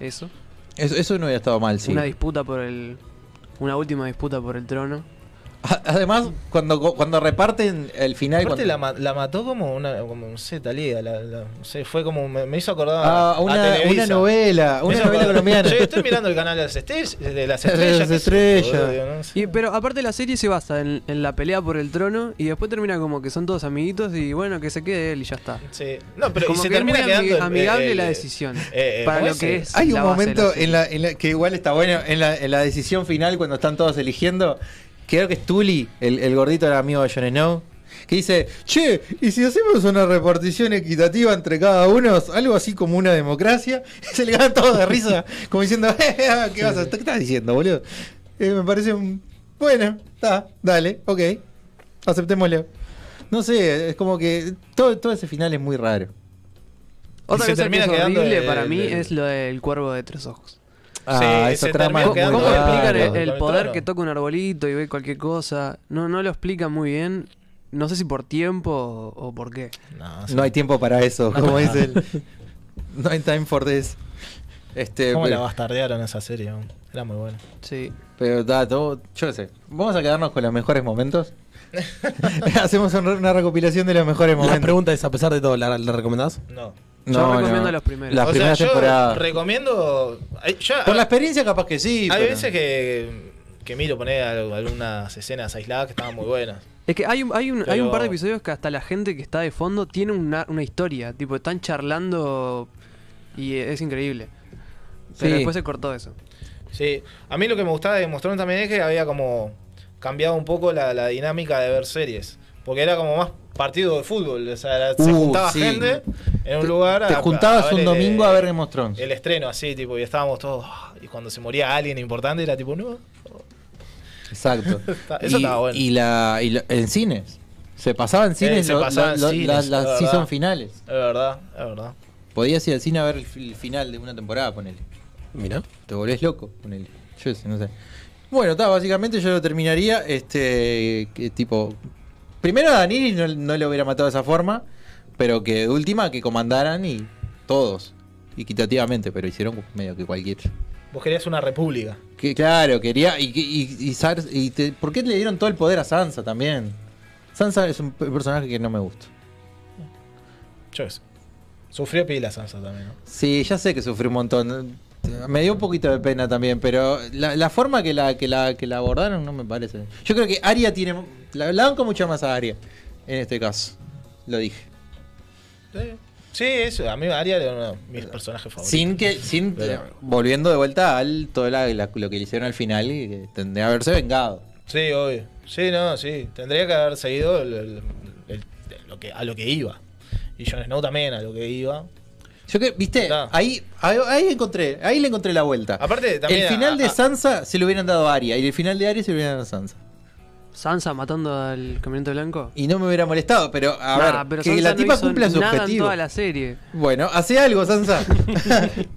Speaker 4: eso.
Speaker 1: Eso, eso no hubiera estado mal, sí.
Speaker 4: Una disputa por el. Una última disputa por el trono.
Speaker 1: A- Además, cuando, cuando reparten el final.
Speaker 5: Aparte
Speaker 1: cuando-
Speaker 5: la, ma- la mató como una, como, no sé, Talía, la, la- no sé, fue como, me, me hizo acordar
Speaker 1: Ah, una- una
Speaker 5: Televisa.
Speaker 1: novela,
Speaker 5: Me
Speaker 1: una
Speaker 5: hizo
Speaker 1: novela
Speaker 5: acordar-
Speaker 1: colombiana.
Speaker 5: Che, estoy mirando el canal de las estrellas,
Speaker 1: De
Speaker 5: de las
Speaker 1: las
Speaker 5: estrellas. ¿qué es esto,
Speaker 1: estrellas.
Speaker 5: boludo? Digo, no sé.
Speaker 4: Y- pero aparte la serie se basa en, en la pelea por el trono y después termina como que son todos amiguitos y bueno, que se quede él y ya está.
Speaker 5: Sí. No, pero y
Speaker 4: Como
Speaker 5: se
Speaker 4: que es
Speaker 5: termina
Speaker 4: muy ami-
Speaker 5: quedando el-
Speaker 4: amigable
Speaker 5: el-
Speaker 4: la
Speaker 5: el-
Speaker 4: decisión.
Speaker 5: eh, eh,
Speaker 4: para
Speaker 5: ¿cómo
Speaker 4: lo que es.
Speaker 1: Hay un
Speaker 4: la base de la
Speaker 1: momento
Speaker 4: serie.
Speaker 1: en la, en la- que igual está bueno, en la, en la decisión final cuando están todos eligiendo, creo que es Tully, el, el gordito era amigo de Jon Snow, que dice, che, ¿y si hacemos una repartición equitativa entre cada uno? Algo así como una democracia. Se le ganan todos de risa, como diciendo, "Eh, ¿qué, vas a, ¿qué estás diciendo, boludo? Eh, me parece un... Bueno, está, dale, ok, aceptémoslo. No sé, es como que todo, todo ese final es muy raro.
Speaker 4: Otra
Speaker 5: y se
Speaker 4: cosa que
Speaker 5: termina
Speaker 4: es
Speaker 5: quedando
Speaker 4: horrible
Speaker 5: el-
Speaker 4: para mí
Speaker 5: el-
Speaker 4: es lo del cuervo de tres ojos.
Speaker 1: Ah,
Speaker 5: Sí,
Speaker 1: esa
Speaker 5: se
Speaker 1: trama
Speaker 5: termina
Speaker 1: es muy
Speaker 5: quedando
Speaker 4: ¿Cómo
Speaker 5: con-
Speaker 1: rara.
Speaker 4: explican el,
Speaker 5: con
Speaker 4: el
Speaker 5: el
Speaker 4: poder
Speaker 5: trono.
Speaker 4: que toca un arbolito y ve cualquier cosa? No, no lo explican muy bien. No sé si por tiempo o, o por qué.
Speaker 5: No,
Speaker 1: No hay tiempo para eso, como dice el. No hay time for this. Este,
Speaker 5: ¿Cómo la
Speaker 1: pero,
Speaker 5: bastardearon esa serie? man? Era muy buena.
Speaker 4: Sí.
Speaker 1: pero da, todo- yo qué sé. Vamos a quedarnos con los mejores momentos. Hacemos un- una recopilación de los mejores
Speaker 3: La
Speaker 1: momentos.
Speaker 3: pregunta es, a pesar de todo, ¿la, la recomendás?
Speaker 5: No.
Speaker 4: yo recomiendo los primeros.
Speaker 1: Las
Speaker 5: O sea,
Speaker 1: primeras
Speaker 5: yo
Speaker 1: temporadas.
Speaker 5: recomiendo... ay, ya-
Speaker 1: Por la experiencia, capaz que sí.
Speaker 5: Hay
Speaker 1: pero-
Speaker 5: veces que, que miro poner al- algunas escenas aisladas que estaban muy buenas.
Speaker 4: Es que hay, un- hay, un, hay un
Speaker 5: Pero-
Speaker 4: par de episodios que hasta la gente que está de fondo tiene una, una historia. Tipo, están charlando y e, es increíble. Pero
Speaker 1: Sí.
Speaker 4: después se cortó eso.
Speaker 5: Sí, a mí lo que me gustaba de Mostrón también es que había como cambiado un poco la, la dinámica de ver series. Porque era como más partido de fútbol. O sea, era- se
Speaker 1: Uh,
Speaker 5: juntaba
Speaker 1: sí.
Speaker 5: gente en un
Speaker 1: Te-
Speaker 5: lugar.
Speaker 1: Te
Speaker 5: a-
Speaker 1: juntabas
Speaker 5: ver
Speaker 1: un
Speaker 5: el-
Speaker 1: domingo a ver Game of Thrones.
Speaker 5: El estreno así, tipo, y estábamos todos. ah, Y cuando se moría alguien importante era tipo, no.
Speaker 1: Exacto.
Speaker 5: Está- eso
Speaker 1: y,
Speaker 5: estaba bueno. Eh,
Speaker 1: y la, y la- en cines. Se pasaba en cines,
Speaker 5: se
Speaker 1: lo-
Speaker 5: pasaba en
Speaker 1: lo- lo-
Speaker 5: cines,
Speaker 1: las,
Speaker 5: es
Speaker 1: las
Speaker 5: verdad.
Speaker 1: season finales.
Speaker 5: Es verdad, es verdad.
Speaker 1: Podías ir al cine a ver el, fi- el final de una temporada, ponele.
Speaker 3: Mira.
Speaker 1: Te volvés loco, ponele. Yo qué sé, no sé. Bueno, está, básicamente yo lo terminaría, este, que tipo... Primero a Daenerys no, no lo hubiera matado de esa forma, pero que de última que comandaran y todos. equitativamente, pero hicieron medio que cualquiera.
Speaker 5: Vos querías una república.
Speaker 1: Que, claro, quería. Y, y, y, y Sar- y te- ¿Por qué le dieron todo el poder a Sansa también? Sansa es un pe- personaje que no me gusta.
Speaker 5: Yo eso. Sufrió pila Sansa también, ¿no?
Speaker 1: Sí, ya sé que sufrí un montón. Me dio un poquito de pena también, pero la, la forma que la, que, la, que la abordaron no me parece. Yo creo que Aria tiene. La, la banco mucho más a Aria en este caso. Lo dije.
Speaker 5: Sí, Sí, eso. A mí Arya era uno de mis personajes favoritos.
Speaker 1: Sin que. Sin, eh,
Speaker 5: Pero-
Speaker 1: volviendo de vuelta al todo la- la- lo que le hicieron al final, y que tendría que haberse vengado.
Speaker 5: Sí, obvio. Sí, no, sí. Tendría que haber seguido el- el- el- el- lo que, a lo que iba. Y Jon Snow también a lo que iba.
Speaker 1: Yo que, viste, ahí, ahí, ahí encontré, ahí le encontré la vuelta.
Speaker 5: Aparte, también
Speaker 1: el
Speaker 5: a-
Speaker 1: final de
Speaker 5: a-
Speaker 1: Sansa se lo hubieran dado a Aria y el final de Aria se lo hubieran dado a Sansa.
Speaker 4: Sansa matando al caminante blanco.
Speaker 1: Y no me hubiera molestado, pero a
Speaker 4: Nah,
Speaker 1: ver,
Speaker 4: pero
Speaker 1: que
Speaker 4: Sansa
Speaker 1: la
Speaker 4: no
Speaker 1: tipa
Speaker 4: hizo
Speaker 1: cumpla su
Speaker 4: nada en
Speaker 1: objetivo.
Speaker 4: toda la serie.
Speaker 1: Bueno, hace algo, Sansa.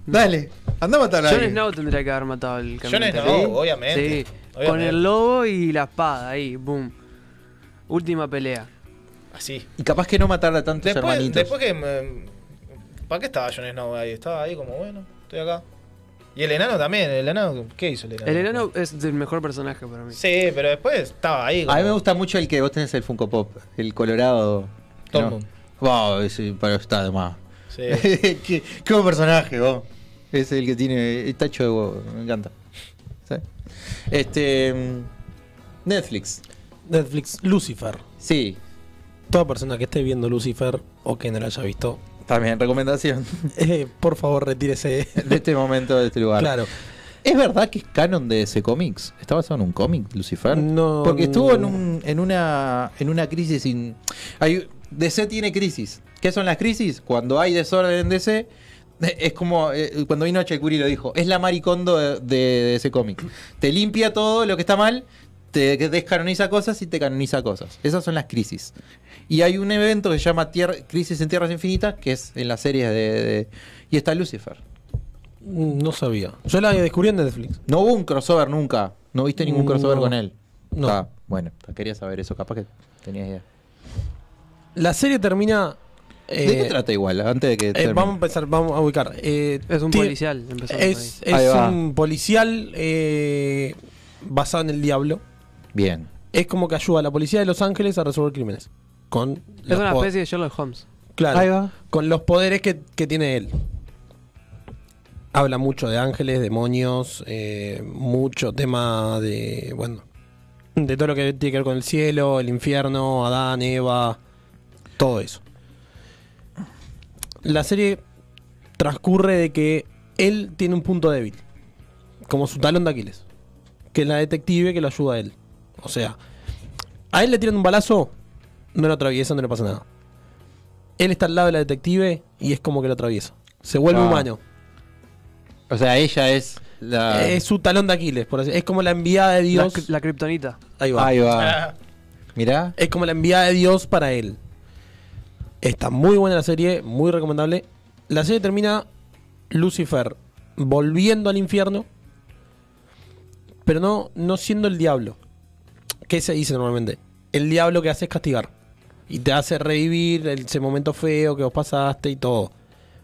Speaker 1: Dale, anda a matar a
Speaker 4: Jon
Speaker 1: alguien.
Speaker 4: Snow tendría que haber matado al caminante
Speaker 5: Snow,
Speaker 4: blanco.
Speaker 5: obviamente,
Speaker 4: Sí. Con
Speaker 5: obviamente.
Speaker 4: el lobo y la espada, ahí, boom. Última pelea.
Speaker 5: Así.
Speaker 1: Y capaz que no matarla tanto tantos
Speaker 5: Después,
Speaker 1: hermanitos.
Speaker 5: después que. me- ¿Para qué estaba Jon Snow ahí? Estaba ahí como, bueno, estoy acá. Y el enano también. ¿El enano qué hizo el enano?
Speaker 4: El enano es el mejor personaje para mí.
Speaker 5: Sí, pero después estaba ahí.
Speaker 1: A mí
Speaker 5: como-
Speaker 1: me gusta mucho el que vos tenés el Funko Pop, el colorado. que no-
Speaker 5: Tormund.
Speaker 1: Wow, ese, pero está de más.
Speaker 5: Sí.
Speaker 1: qué, qué buen personaje, vos. Es el que tiene el tacho de huevo, me encanta. ¿Sí? Este. mm, Netflix.
Speaker 3: Netflix, Lucifer.
Speaker 1: Sí.
Speaker 3: Toda persona que esté viendo Lucifer o que no la haya visto,
Speaker 1: También, recomendación.
Speaker 3: eh, por favor retírese.
Speaker 1: De este momento, de este lugar.
Speaker 3: Claro.
Speaker 1: ¿Es verdad que es canon de ese cómics? ¿Está basado en un cómic, Lucifer?
Speaker 3: No.
Speaker 1: Porque estuvo en, un- en una, en una crisis. sin- hay- DC tiene crisis. ¿Qué son las crisis? Cuando hay desorden en DC, es como eh, cuando vino Chekuri lo dijo: es la maricondo de, de- de ese cómic. Te limpia todo lo que está mal, te descanoniza cosas y te canoniza cosas. Esas son las crisis. Y hay un evento que se llama Tier- Crisis en Tierras Infinitas, que es en las series de. de- y está Lucifer.
Speaker 3: Mm, No sabía. Yo la descubrí en Netflix.
Speaker 1: No hubo un crossover nunca. No viste ningún crossover
Speaker 3: No.
Speaker 1: con él.
Speaker 3: No.
Speaker 1: Está, bueno, quería saber eso. Capaz que tenías idea.
Speaker 3: La serie termina.
Speaker 1: ¿De qué
Speaker 3: eh,
Speaker 1: trata igual? Antes de que
Speaker 3: Eh,
Speaker 1: termine.
Speaker 3: vamos a empezar, vamos a ubicar. Eh,
Speaker 4: Es un
Speaker 3: tiene-
Speaker 4: policial, empezando
Speaker 3: Es,
Speaker 1: por ahí. Ahí
Speaker 3: es
Speaker 1: va.
Speaker 3: un policial eh, basado en el diablo.
Speaker 1: Bien.
Speaker 3: Es como que ayuda a la policía de Los Ángeles a resolver crímenes. Con
Speaker 4: Es
Speaker 3: los
Speaker 4: una
Speaker 3: po-
Speaker 4: especie de Sherlock Holmes.
Speaker 3: claro,
Speaker 4: Ahí va.
Speaker 3: con los poderes que, que tiene él. Habla mucho de ángeles, demonios, eh, mucho tema de, bueno, de todo lo que tiene que ver con el cielo, el infierno, Adán, Eva, todo eso. La serie transcurre de que él tiene un punto débil, como su talón de Aquiles, que es la detective que lo ayuda a él. O sea, a él le tiran un balazo, no lo atraviesa, no le pasa nada. Él está al lado de la detective y es como que lo atraviesa. Se vuelve
Speaker 1: Ah.
Speaker 3: humano.
Speaker 1: O sea, ella es la.
Speaker 3: Es su talón de Aquiles, por así Es como la enviada de
Speaker 4: La,
Speaker 3: Dios.
Speaker 4: cri- la Ah, kriptonita.
Speaker 3: Ahí va.
Speaker 1: Ahí va. Mirá.
Speaker 3: Es como la enviada de Dios para él. Está muy buena la serie, muy recomendable. La serie termina Lucifer volviendo al infierno, pero no, no siendo el diablo. ¿Qué se dice normalmente? El diablo que hace es castigar. Y te hace revivir el- ese momento feo que vos pasaste y todo.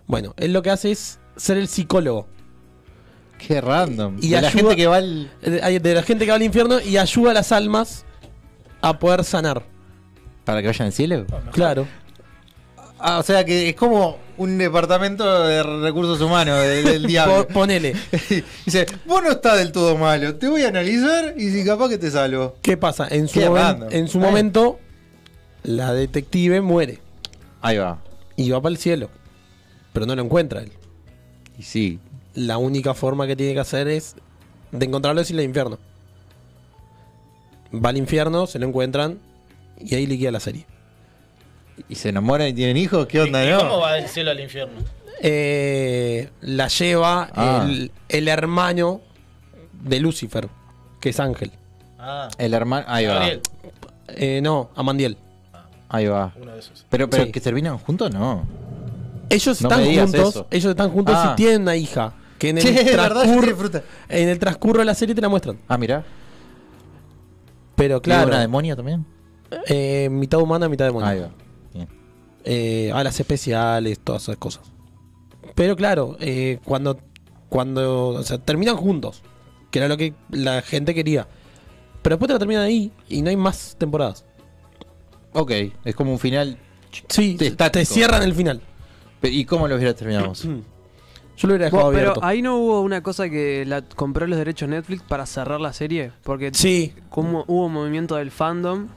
Speaker 3: Bueno, él lo que hace es ser el psicólogo.
Speaker 1: Qué random.
Speaker 3: Y
Speaker 1: de la
Speaker 3: ayuda-
Speaker 1: gente que va al.
Speaker 3: De, Eh, de la gente que va al infierno y ayuda a las almas a poder sanar.
Speaker 1: Para que vayan al cielo.
Speaker 3: Claro.
Speaker 1: Ah, o sea que es como un departamento de recursos humanos de- del diablo.
Speaker 3: Po- Ponele.
Speaker 1: Dice, vos no estás del todo malo, te voy a analizar y si capaz que te salvo.
Speaker 3: ¿Qué pasa? En su,
Speaker 1: Qué
Speaker 3: momen-
Speaker 1: random. Eh.
Speaker 3: en su
Speaker 1: Está bien.
Speaker 3: momento, la detective muere
Speaker 1: Ahí va.
Speaker 3: y va para el cielo. Pero no lo encuentra él.
Speaker 1: Y sí.
Speaker 3: La única forma que tiene que hacer es de encontrarlo es ir al infierno. Va al infierno, se lo encuentran y ahí liquida la serie.
Speaker 1: Y se enamoran y tienen hijos, ¿qué onda,
Speaker 5: ¿Y
Speaker 1: no?
Speaker 5: cómo va del cielo al infierno?
Speaker 3: Eh, la lleva
Speaker 1: Ah.
Speaker 3: el, el hermano de Lucifer, que es Ángel.
Speaker 5: Ah,
Speaker 1: El hermano. Ahí va.
Speaker 5: Gabriel,
Speaker 3: Eh, no, Amandiel.
Speaker 1: Ahí va.
Speaker 5: uno de esos.
Speaker 1: Pero, pero
Speaker 3: Sí.
Speaker 1: que terminan juntos, no.
Speaker 3: Ellos
Speaker 1: No me
Speaker 3: están
Speaker 1: digas
Speaker 3: juntos.
Speaker 1: eso.
Speaker 3: Ellos están juntos
Speaker 1: Ah.
Speaker 3: y tienen una hija. Que en el,
Speaker 1: Sí, es verdad, yo
Speaker 3: transcurso-
Speaker 1: estoy de fruta.
Speaker 3: en el transcurso de la serie te la muestran.
Speaker 1: Ah, mirá.
Speaker 3: Pero
Speaker 1: Claro.
Speaker 3: claro,
Speaker 1: una demonia también?
Speaker 3: eh, mitad humana, mitad demonio.
Speaker 1: Ahí va. Bien.
Speaker 3: Eh, alas especiales, todas esas cosas. Pero claro, eh, cuando, cuando o sea, terminan juntos, que era lo que la gente quería. Pero después te la terminan ahí y no hay más temporadas.
Speaker 1: Ok, es como un final.
Speaker 3: Sí, te cierran el final. Mm.
Speaker 1: ¿Y cómo lo hubiera terminado?
Speaker 3: Yo lo hubiera
Speaker 4: Bueno,
Speaker 3: dejado
Speaker 4: pero
Speaker 3: abierto.
Speaker 4: ahí no hubo una cosa que la compró los derechos Netflix para cerrar la serie. Porque
Speaker 3: Sí.
Speaker 4: como hubo un movimiento del fandom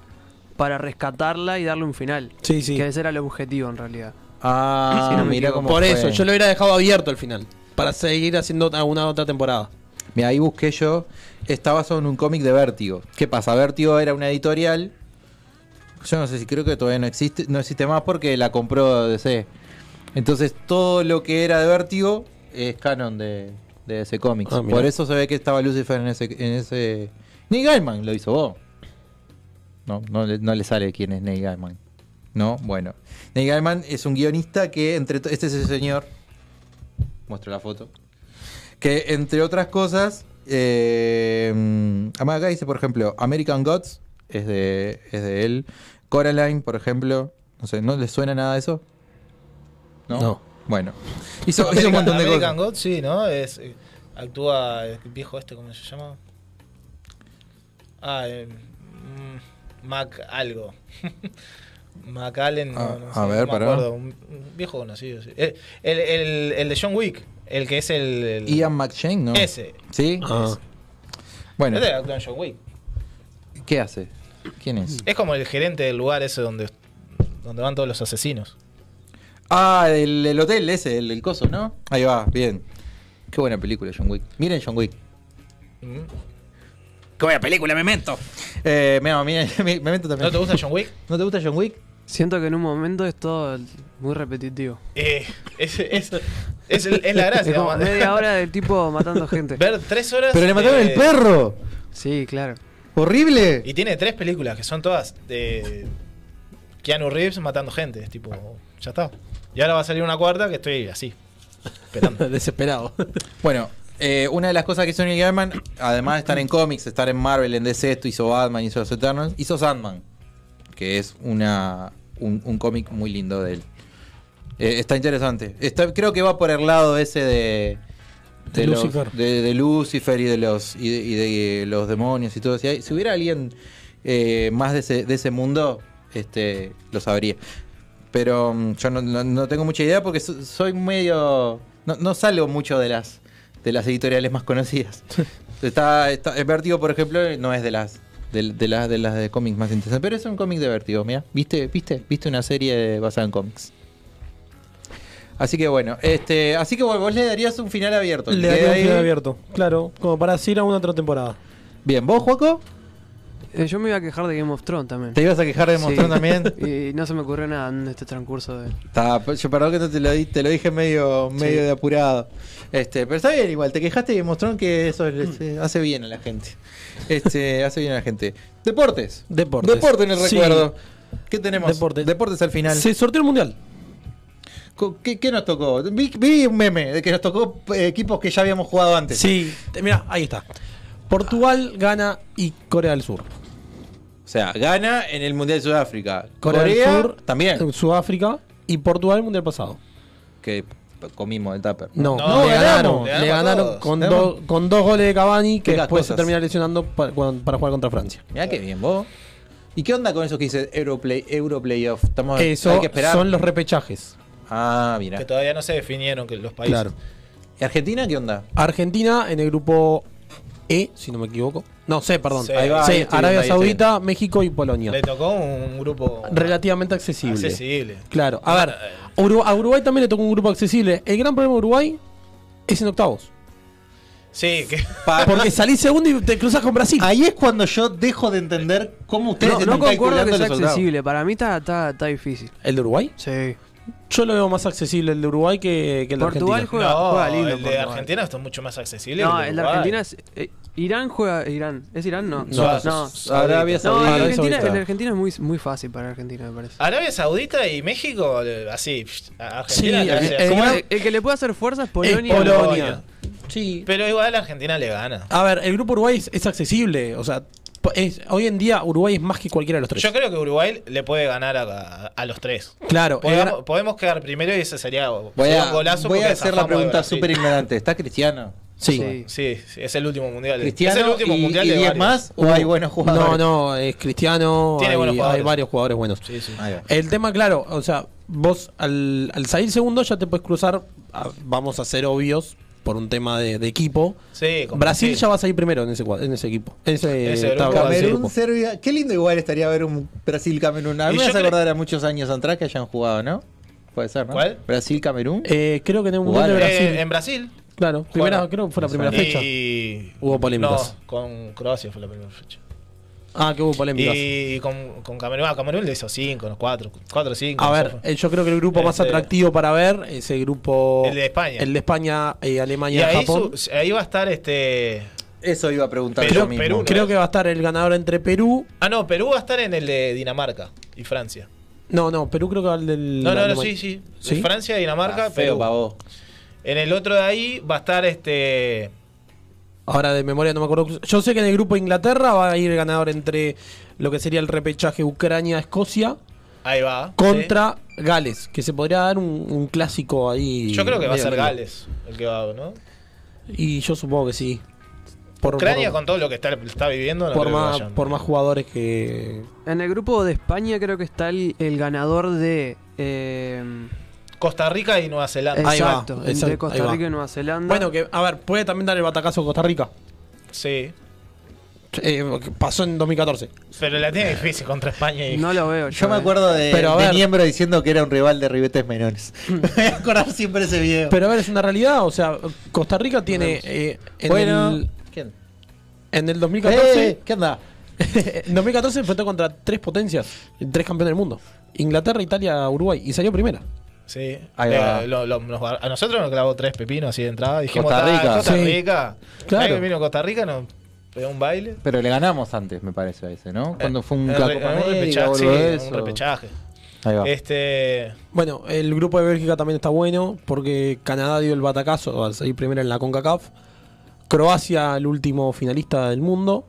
Speaker 4: para rescatarla y darle un final.
Speaker 3: Sí, sí.
Speaker 4: Que ese era el objetivo en realidad.
Speaker 1: Ah,
Speaker 4: Si no me
Speaker 1: mira
Speaker 4: equivoco.
Speaker 1: cómo
Speaker 3: Por
Speaker 1: fue.
Speaker 3: eso, yo lo hubiera dejado abierto al final. Para seguir haciendo alguna otra temporada.
Speaker 1: Mira, ahí busqué yo. Está basado en un cómic de Vértigo. ¿Qué pasa? Vértigo era una editorial. Yo no sé si creo que todavía no existe, no existe más porque la compró DC. Entonces todo lo que era de Vértigo es canon de, de DC Comics.
Speaker 3: Ah, mirá.
Speaker 1: Por eso se ve que estaba Lucifer en ese, en ese. Neil Gaiman lo hizo vos. No, no, le- no le sale quién es Neil Gaiman. No, bueno. Neil Gaiman es un guionista que entre to- este es ese señor. Muestra la foto. Que entre otras cosas, eh, mm, acá dice, por ejemplo, American Gods es de, es de él. Coraline, por ejemplo, no sé, ¿no le suena nada de eso? No. Bueno, hizo, hizo un
Speaker 5: American-
Speaker 1: montón de
Speaker 5: American
Speaker 1: cosas.
Speaker 5: God, sí, ¿no? Es, eh, actúa el viejo este, ¿cómo se llama? Ah, eh, mm, Mac algo. Mac Allen, no,
Speaker 1: Ah,
Speaker 5: no
Speaker 1: a
Speaker 5: sé,
Speaker 1: ver,
Speaker 5: no me
Speaker 1: pará.
Speaker 5: acuerdo. Un, un viejo conocido, sí. Eh, El, el- el de John Wick, el que es el... el-
Speaker 1: Ian McShane, ah, ¿no?
Speaker 5: Ese.
Speaker 1: ¿Sí?
Speaker 5: Ah.
Speaker 1: Bueno,
Speaker 5: Este actúa en John Wick.
Speaker 1: ¿qué hace? ¿Quién es?
Speaker 5: Es como el gerente del lugar ese donde, donde van todos los asesinos.
Speaker 1: Ah, el, el hotel ese, el, el coso, ¿no? Ahí va, bien. Qué buena película, John Wick. Miren John Wick. Mm. Qué buena película, Memento. Eh, mira, mira, me- Memento también.
Speaker 5: ¿No te gusta John Wick?
Speaker 1: ¿No te gusta John Wick?
Speaker 4: Siento que en un momento es todo muy repetitivo.
Speaker 5: Eh, es, es, es, es la gracia.
Speaker 4: Es como
Speaker 5: vamos.
Speaker 4: media hora del tipo matando gente.
Speaker 5: Ver tres horas... eh,
Speaker 1: Pero le mataron
Speaker 5: de-
Speaker 1: el perro.
Speaker 4: Sí, claro.
Speaker 1: Eh, Horrible.
Speaker 5: Y tiene tres películas que son todas de Keanu Reeves matando gente. Es tipo, ya está. Y ahora va a salir una cuarta que estoy así.
Speaker 3: Desesperado.
Speaker 1: Bueno, eh, una de las cosas que hizo Neil Gaiman, además de estar en cómics, estar en Marvel, en DC, esto hizo Batman, hizo los Eternals, hizo Sandman, que es una un, un cómic muy lindo de él. Eh, está interesante. Está- creo que va por el lado ese de
Speaker 3: De
Speaker 1: los-
Speaker 3: Lucifer.
Speaker 1: de, de Lucifer y de los y de, y de los demonios y todo. Si, hay- si hubiera alguien eh, más de ese, de ese mundo, este, lo sabría. Pero mm, yo no, no- no tengo mucha idea porque so- soy medio. No, no salgo mucho de las de las editoriales más conocidas. está, está, el Vértigo, por ejemplo, no es de las de, de las de las de cómics más interesantes. Pero es un cómic de Vértigo, mira. ¿Viste, viste, viste una serie basada en cómics. Así que bueno, este, así que vos, vos le darías un final abierto.
Speaker 3: Le
Speaker 1: Queda
Speaker 3: daría un
Speaker 1: ahí.
Speaker 3: final abierto. Claro, como para así ir a una otra temporada.
Speaker 1: Bien, ¿vos, Juaco?
Speaker 4: Eh, yo me iba a quejar de Game of Thrones también.
Speaker 1: ¿Te ibas a quejar de Game of
Speaker 4: Sí.
Speaker 1: Thrones también?
Speaker 4: Y no se me ocurrió nada en este transcurso de...
Speaker 1: Ta, yo perdón que no te lo, di- te lo dije medio, medio
Speaker 4: Sí.
Speaker 1: de apurado. Este, pero está bien igual, te quejaste y mostraron que eso les- eh, hace bien a la gente. Este, hace bien a la gente. Deportes.
Speaker 3: Deportes.
Speaker 1: Deporte en el
Speaker 3: Sí.
Speaker 1: recuerdo. ¿Qué tenemos?
Speaker 3: Deportes.
Speaker 1: al final.
Speaker 3: Se sorteó el mundial.
Speaker 1: Co- ¿Qué, qué nos tocó? Vi, vi un meme de que nos tocó eh, equipos que ya habíamos jugado antes.
Speaker 3: Sí, mira, ahí está. Portugal gana y Corea del Sur.
Speaker 1: O sea, gana en el Mundial de Sudáfrica. Corea,
Speaker 3: Corea, del Sur
Speaker 1: también.
Speaker 3: Sudáfrica y Portugal el mundial pasado.
Speaker 1: Que comimos el tupper.
Speaker 3: No,
Speaker 1: No,
Speaker 3: le
Speaker 1: ganamos,
Speaker 3: ganaron.
Speaker 1: le
Speaker 3: le
Speaker 1: ganamos a
Speaker 3: ganaron
Speaker 1: todos.
Speaker 3: con,
Speaker 1: Ganamos.
Speaker 3: do- con dos goles de Cavani que
Speaker 1: Pocas
Speaker 3: después
Speaker 1: cosas.
Speaker 3: se termina lesionando para, cuan- para jugar contra Francia.
Speaker 1: Mirá qué bien vos. ¿Y qué onda con eso que dice Europlay, Europlayoff? Estamos, hay
Speaker 3: Eso
Speaker 1: que esperar.
Speaker 3: son los repechajes.
Speaker 1: Ah,
Speaker 5: Que
Speaker 1: mira.
Speaker 5: todavía no se definieron que los países.
Speaker 3: Claro.
Speaker 1: ¿Y Argentina qué onda?
Speaker 3: Argentina en el grupo E, si no me equivoco. No, C, perdón.
Speaker 5: Sí. Ahí va,
Speaker 3: Sí,
Speaker 1: ahí estoy
Speaker 3: Arabia
Speaker 1: bien, ahí estoy
Speaker 3: Saudita, México y Polonia.
Speaker 5: Le tocó un grupo
Speaker 3: Relativamente accesible.
Speaker 5: accesible.
Speaker 3: Claro. A ver, a Uruguay, a Uruguay también le tocó un grupo accesible. El gran problema de Uruguay es en octavos.
Speaker 5: Sí, que
Speaker 3: Porque salís segundo y te cruzas con Brasil.
Speaker 1: Ah, Ahí es cuando yo dejo de entender cómo ustedes
Speaker 4: No, no
Speaker 1: están
Speaker 4: concuerdo
Speaker 1: calculando
Speaker 4: que sea
Speaker 1: los resultados.
Speaker 4: accesible. Para mí está, está, está difícil.
Speaker 3: ¿El de Uruguay?
Speaker 4: Sí.
Speaker 3: Yo lo veo más accesible el de Uruguay que, que el de
Speaker 4: Portugal
Speaker 3: Argentina.
Speaker 4: juega,
Speaker 5: no,
Speaker 4: juega lindo.
Speaker 5: el de
Speaker 4: Portugal.
Speaker 5: Argentina está mucho más accesible.
Speaker 4: No,
Speaker 5: que
Speaker 4: el de
Speaker 5: Uruguay.
Speaker 4: Argentina es. eh, Irán juega. Irán. ¿Es Irán? No.
Speaker 3: No,
Speaker 4: no.
Speaker 1: Arabia
Speaker 4: No,
Speaker 1: Saudita.
Speaker 3: Arabia
Speaker 4: el de Argentina,
Speaker 3: Saudita.
Speaker 4: el de Argentina es muy, muy fácil para Argentina, me parece.
Speaker 5: Arabia Saudita y México, eh, así. psh, a Argentina
Speaker 3: Sí,
Speaker 5: le hace
Speaker 3: eh,
Speaker 5: así.
Speaker 3: ¿cómo
Speaker 4: El,
Speaker 3: era?
Speaker 4: el que le puede hacer fuerza es
Speaker 3: Es
Speaker 4: Polonia.
Speaker 3: Polonia. Sí.
Speaker 5: Pero igual la Argentina le gana.
Speaker 3: A ver, el grupo Uruguay es, es accesible. O sea, es- hoy en día Uruguay es más que cualquiera de los tres.
Speaker 5: Yo creo que Uruguay le puede ganar a, a- a los tres.
Speaker 3: Claro,
Speaker 5: Podemos, podemos quedar primero y ese sería
Speaker 1: Voy
Speaker 5: sería
Speaker 1: a, voy a
Speaker 5: porque
Speaker 1: hacer
Speaker 5: zafamos
Speaker 1: la
Speaker 5: de
Speaker 1: pregunta
Speaker 5: Brasil.
Speaker 1: súper ignorante. ¿Está Cristiano?
Speaker 5: Sí. sí, sí, es el último mundial.
Speaker 1: Cristiano
Speaker 5: es el último
Speaker 1: y-
Speaker 5: mundial
Speaker 1: y
Speaker 5: de
Speaker 1: diez
Speaker 5: varios.
Speaker 1: más, o hay buenos jugadores.
Speaker 3: Uh, No, no, es Cristiano,
Speaker 5: Tiene
Speaker 3: hay,
Speaker 5: buenos jugadores.
Speaker 3: hay varios jugadores buenos.
Speaker 5: Sí, sí.
Speaker 3: El tema, claro, o sea, vos al, al salir segundo ya te puedes cruzar, a- vamos a ser obvios, por un tema de, de equipo.
Speaker 5: Sí, con
Speaker 3: Brasil ya va a salir primero en ese, cuad- en ese equipo. En ese, tabla, en ese
Speaker 1: Camerún,
Speaker 3: grupo.
Speaker 1: Serbia. Qué lindo igual estaría ver un Brasil-Camerún. A mí
Speaker 3: Y
Speaker 1: me
Speaker 3: yo
Speaker 1: hace
Speaker 3: creo-
Speaker 1: acordar a muchos años atrás que hayan jugado, ¿no? Puede ser, ¿no?
Speaker 5: ¿Cuál?
Speaker 1: ¿Brasil-Camerún?
Speaker 3: Eh, creo que en un
Speaker 1: Jugaron.
Speaker 3: mundial de Brasil.
Speaker 5: Eh, en Brasil.
Speaker 3: Claro, primera, creo que fue la primera
Speaker 5: Y-
Speaker 3: fecha. Hubo polémicas.
Speaker 5: No, con Croacia fue la primera fecha.
Speaker 3: Ah, que hubo polémicas.
Speaker 5: Y con, con Camerún, ah, Camerún le hizo 5, 4, 4, 5.
Speaker 3: A ver, eh, yo creo que el grupo más
Speaker 5: Este-
Speaker 3: atractivo para ver es el grupo.
Speaker 5: El de España.
Speaker 3: El de España, eh,
Speaker 5: Y
Speaker 3: Alemania,
Speaker 5: ahí,
Speaker 3: Japón.
Speaker 5: su- ahí va a estar este.
Speaker 1: Eso iba a preguntar
Speaker 5: Perú, Perú, ¿no?
Speaker 3: Creo que va a estar el ganador entre Perú.
Speaker 5: Ah, no, Perú va a estar en el de Dinamarca y Francia.
Speaker 3: No, no, Perú creo que va al del.
Speaker 5: No, no, no,
Speaker 3: Alemania.
Speaker 5: sí, sí. Francia, Dinamarca,
Speaker 1: Ah, feo
Speaker 5: Perú.
Speaker 1: pa' vos.
Speaker 5: En el otro de ahí va a estar este.
Speaker 3: Ahora de memoria no me acuerdo. Yo sé que en el grupo Inglaterra va a ir el ganador entre lo que sería el repechaje Ucrania-Escocia
Speaker 5: Ahí va.
Speaker 3: contra Gales, que se podría dar un, un clásico ahí.
Speaker 5: sí. Yo creo que va a
Speaker 3: medio
Speaker 5: ser
Speaker 3: medio.
Speaker 5: Gales el que va, ¿no?
Speaker 3: Y yo supongo que sí. Por,
Speaker 5: Ucrania
Speaker 3: por-
Speaker 5: con todo lo que está, está viviendo. no
Speaker 3: por
Speaker 5: creo que
Speaker 3: más,
Speaker 5: vayan.
Speaker 3: por más jugadores que.
Speaker 4: En el grupo de España creo que está el, el ganador de... eh,
Speaker 5: Costa Rica y Nueva Zelanda.
Speaker 3: Ahí va,
Speaker 4: exacto, el
Speaker 3: exacto,
Speaker 4: de
Speaker 3: ahí
Speaker 4: Costa
Speaker 3: va.
Speaker 4: Rica y Nueva Zelanda.
Speaker 3: Bueno, que a ver, puede también dar el batacazo a Costa Rica.
Speaker 5: Sí.
Speaker 3: Eh, que pasó en 2014.
Speaker 5: Pero la tiene difícil contra España. Y...
Speaker 4: no lo veo. eh.
Speaker 1: Yo me acuerdo de,
Speaker 3: Pero a
Speaker 1: de
Speaker 3: ver.
Speaker 1: Niembro diciendo que era un rival de ribetes menores. me voy a acordar siempre ese video.
Speaker 3: Pero a ver, es una realidad. O sea, Costa Rica tiene. eh, en,
Speaker 1: bueno,
Speaker 3: el,
Speaker 1: ¿quién?
Speaker 3: en el 2014.
Speaker 1: Eh, ¿Qué onda?
Speaker 3: en 2014 enfrentó contra tres potencias, tres campeones del mundo: Inglaterra, Italia, Uruguay. Y salió primera.
Speaker 5: Sí.
Speaker 1: Ahí
Speaker 5: Le-
Speaker 1: va.
Speaker 5: lo- lo- nos- a nosotros nos clavó tres pepinos así de entrada. Dijimos,
Speaker 1: Costa
Speaker 5: "Ah,
Speaker 1: Rica".
Speaker 5: Costa
Speaker 3: Sí.
Speaker 5: Rica.
Speaker 3: Claro.
Speaker 5: Ahí vino Costa Rica, nos pegó un baile.
Speaker 1: Pero le ganamos antes, me parece, a ese, ¿no? Cuando fue un
Speaker 5: Eh,
Speaker 1: Copa
Speaker 5: re- un
Speaker 1: América,
Speaker 5: repechaje, sí,
Speaker 1: boludo, eso.
Speaker 5: un repechaje.
Speaker 1: Ahí va.
Speaker 5: Este.
Speaker 3: Bueno, el grupo de Bélgica también está bueno porque Canadá dio el batacazo al salir primera en la CONCACAF. Croacia, el último finalista del mundo.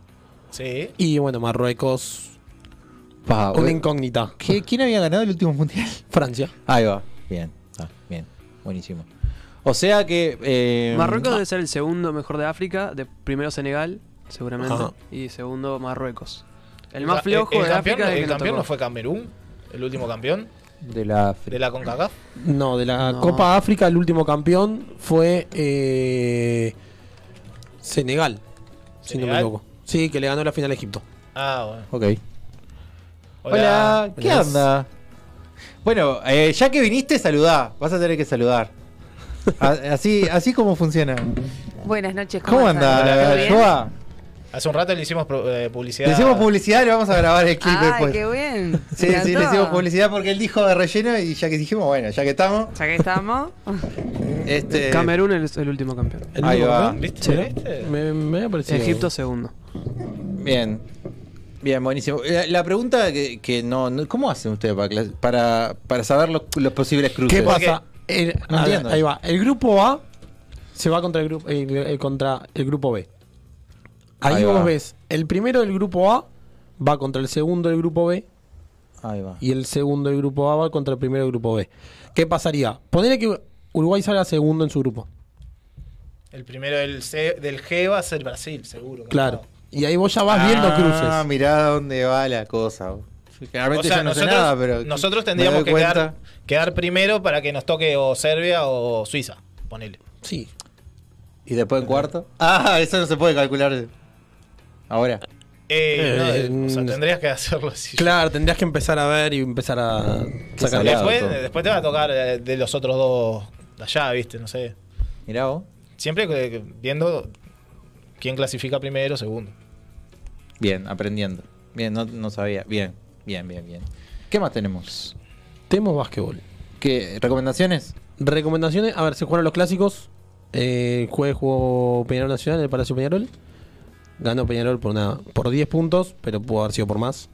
Speaker 5: Sí.
Speaker 3: Y bueno, Marruecos,
Speaker 1: Pa,
Speaker 3: una
Speaker 1: güey.
Speaker 3: incógnita.
Speaker 1: eh, ¿Qué- ¿Quién había ganado el último mundial?
Speaker 3: Francia.
Speaker 1: Ahí va. Bien, ah, bien. Buenísimo. O sea que. eh,
Speaker 4: Marruecos debe ser el segundo mejor de África, de primero Senegal, seguramente,
Speaker 3: Ajá.
Speaker 4: y segundo Marruecos. El
Speaker 5: O sea,
Speaker 4: más flojo
Speaker 5: Ah, el,
Speaker 4: de
Speaker 5: campeón,
Speaker 4: África es
Speaker 5: el
Speaker 4: el que nos
Speaker 5: campeón
Speaker 4: tocó.
Speaker 5: no fue Camerún, el último campeón
Speaker 1: De la.
Speaker 5: de la CONCACAF.
Speaker 3: No, de la
Speaker 4: No.
Speaker 3: Copa África el último campeón fue eh, Senegal, si no me
Speaker 5: ¿Senegal?
Speaker 3: equivoco. Sí, que le ganó la final a Egipto.
Speaker 5: Ah, bueno.
Speaker 1: Ok. Hola, ¿qué
Speaker 3: Buenas.
Speaker 1: onda? Bueno, eh, ya que viniste, saludá. Vas a tener que saludar. A- así, así como funciona.
Speaker 12: Buenas noches, ¿cómo,
Speaker 1: ¿Cómo
Speaker 12: andan? ¿Todo
Speaker 1: anda,
Speaker 12: bien?
Speaker 1: Joa?
Speaker 5: Hace un rato le hicimos pro- eh, publicidad.
Speaker 1: Le hicimos publicidad y le vamos a grabar el clip
Speaker 12: Ay,
Speaker 1: después.
Speaker 12: Ah, qué bien. me
Speaker 1: Sí, sí, le
Speaker 12: encantó.
Speaker 1: hicimos publicidad porque él dijo de relleno y ya que dijimos, bueno, ya que estamos,
Speaker 12: Ya que estamos.
Speaker 1: este.
Speaker 4: Camerún es el último campeón.
Speaker 3: El
Speaker 1: Ahí
Speaker 3: último
Speaker 1: va.
Speaker 3: campeón.
Speaker 5: ¿Viste?
Speaker 3: ¿Será?
Speaker 5: ¿Viste?
Speaker 3: Me, me había parecido.
Speaker 4: Egipto segundo.
Speaker 1: Bien. Bien, buenísimo. La, la pregunta que, que no, no- ¿Cómo hacen ustedes para, clas- para, para saber los, los posibles cruces?
Speaker 3: ¿Qué pasa? El-
Speaker 1: No
Speaker 3: a ver,
Speaker 1: entiendo.
Speaker 3: ahí va. El grupo A se va contra el grupo el- el- contra el grupo B. Ahí,
Speaker 1: Ahí
Speaker 3: vos
Speaker 1: va.
Speaker 3: ves, el primero del grupo A va contra el segundo del grupo B
Speaker 1: Ahí va.
Speaker 3: y el segundo del grupo A va contra el primero del grupo B. ¿Qué pasaría? Ponele que Uruguay salga segundo en su grupo.
Speaker 5: El primero del, C- del G va a ser Brasil, seguro.
Speaker 3: Claro. Y ahí vos ya vas viendo
Speaker 1: Ah,
Speaker 3: cruces.
Speaker 1: mirá dónde va la cosa.
Speaker 5: O
Speaker 1: Generalmente
Speaker 5: sea,
Speaker 1: yo no
Speaker 5: nosotros,
Speaker 1: sé nada, pero.
Speaker 5: nosotros
Speaker 1: me
Speaker 5: tendríamos
Speaker 1: doy
Speaker 5: que
Speaker 1: cuenta.
Speaker 5: quedar, quedar primero para que nos toque o Serbia o Suiza. Ponele.
Speaker 3: Sí.
Speaker 1: ¿Y después en cuarto? Ah, eso no se puede calcular. Ahora.
Speaker 5: Eh,
Speaker 3: Eh,
Speaker 5: no, o sea,
Speaker 3: mm,
Speaker 5: tendrías que hacerlo así.
Speaker 3: Claro, tendrías que empezar a ver y empezar a sacar
Speaker 1: salado.
Speaker 5: Después,
Speaker 1: todo.
Speaker 5: después te va a tocar eh, de los otros dos de allá, ¿viste? No sé.
Speaker 1: Mirá vos.
Speaker 5: Siempre que- viendo quién clasifica primero, segundo.
Speaker 1: Bien, aprendiendo. Bien, no, no sabía. Bien, bien, bien, bien. ¿Qué más tenemos?
Speaker 3: temas básquetbol.
Speaker 1: ¿Qué, ¿Recomendaciones?
Speaker 3: Recomendaciones, a ver, se jugaron los clásicos. Eh, el jueves jugó Peñarol Nacional en el Palacio Peñarol. Ganó Peñarol por una por 10 puntos, pero pudo haber sido por más.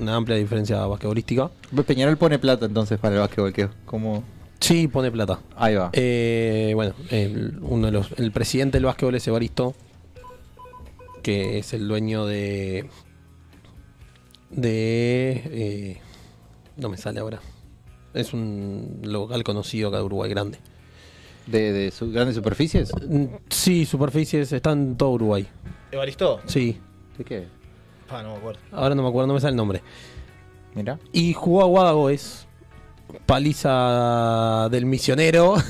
Speaker 3: Una amplia diferencia basquetbolística.
Speaker 1: Peñarol pone plata entonces para el básquetbol. Que es como...
Speaker 3: Sí, pone plata.
Speaker 1: Ahí va.
Speaker 3: Eh, bueno, el, uno de los, el presidente del básquetbol es Evaristo, que es el dueño de de... eh, no me sale ahora. Es un local conocido acá de Uruguay, grande.
Speaker 1: ¿De, de su- grandes superficies?
Speaker 3: Mm, Sí, superficies, están en todo Uruguay.
Speaker 5: ¿Evaristo?
Speaker 3: Sí.
Speaker 1: ¿De qué?
Speaker 5: Ah, no me acuerdo.
Speaker 3: Ahora no me acuerdo, no me sale el nombre.
Speaker 1: Mira.
Speaker 3: Y jugó a Guadagoes. Paliza del misionero.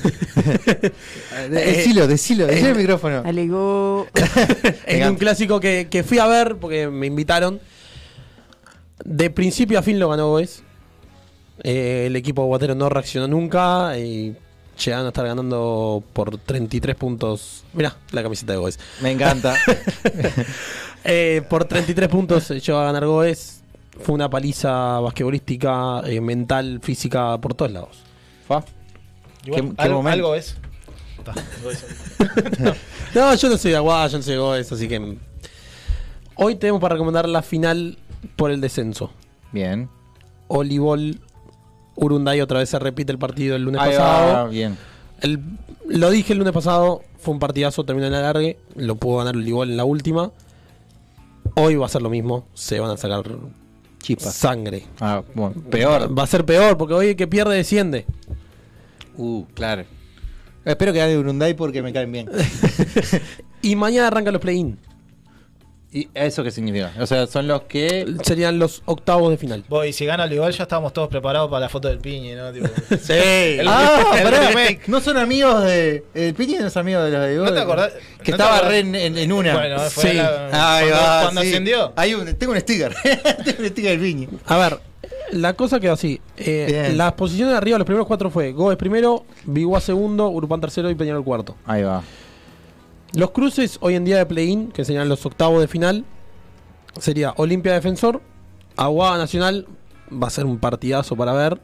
Speaker 1: Ah, Decilo, decilo, decilo el micrófono.
Speaker 3: Alegó. en un clásico que, que fui a ver porque me invitaron. De principio a fin lo ganó Goes. Eh, el equipo guatero no reaccionó nunca y llegaron a estar ganando por 33 puntos. Mirá la camiseta de Goes.
Speaker 1: Me encanta.
Speaker 3: Eh, por 33 puntos eh, llegó a ganar Goes. Fue una paliza basquetbolística, eh, mental, física, por todos lados.
Speaker 5: Igual,
Speaker 3: ¿Qué- qué
Speaker 5: algo,
Speaker 3: momento?
Speaker 5: algo es. Ta, algo es.
Speaker 3: No, yo no soy de Aguada, yo no soy de Goes, así que. Hoy tenemos para recomendar la final por el descenso.
Speaker 1: Bien.
Speaker 3: Olibol Urunday otra vez se repite el partido el lunes
Speaker 1: Ahí va,
Speaker 3: pasado.
Speaker 1: bien.
Speaker 3: El- lo dije el lunes pasado, fue un partidazo, terminó en el alargue, lo pudo ganar Olibol en la última. Hoy va a ser lo mismo, se van a sacar
Speaker 1: Chispas.
Speaker 3: sangre.
Speaker 1: Ah, bueno, peor.
Speaker 3: Va a ser peor, porque hoy el que pierde desciende.
Speaker 1: Uh, claro. Espero que gane Brunday porque me caen bien.
Speaker 3: y mañana arrancan los play-in.
Speaker 1: ¿Y eso qué significa? O sea, son los que.
Speaker 3: Serían los octavos de final.
Speaker 5: Voy, si gana Olival ya estábamos todos preparados para la foto del piñe, ¿no? Tipo,
Speaker 3: sí.
Speaker 5: El-
Speaker 1: ah,
Speaker 5: el
Speaker 1: pará,
Speaker 5: remake.
Speaker 1: No son amigos de. eh, El Piñi no es amigo de los de
Speaker 5: ¿No te acordás?
Speaker 1: Que
Speaker 5: ¿No te
Speaker 1: estaba
Speaker 5: acordás?
Speaker 1: re en, en- en una.
Speaker 5: Bueno, fue
Speaker 1: sí.
Speaker 5: la-
Speaker 1: Ahí
Speaker 5: cuando-
Speaker 1: va,
Speaker 5: cuando
Speaker 1: sí.
Speaker 5: ascendió.
Speaker 1: Hay un, tengo un sticker. tengo un sticker del Piñi.
Speaker 3: A ver, la cosa quedó así. Eh,
Speaker 1: Bien.
Speaker 3: las posiciones de arriba, los primeros cuatro fue Gómez primero, Biguá segundo, Urupán tercero y Peñarol cuarto.
Speaker 1: Ahí va.
Speaker 3: Los cruces hoy en día de play-in, que serían los octavos de final, sería Olimpia Defensor, Aguada Nacional, va a ser un partidazo para ver,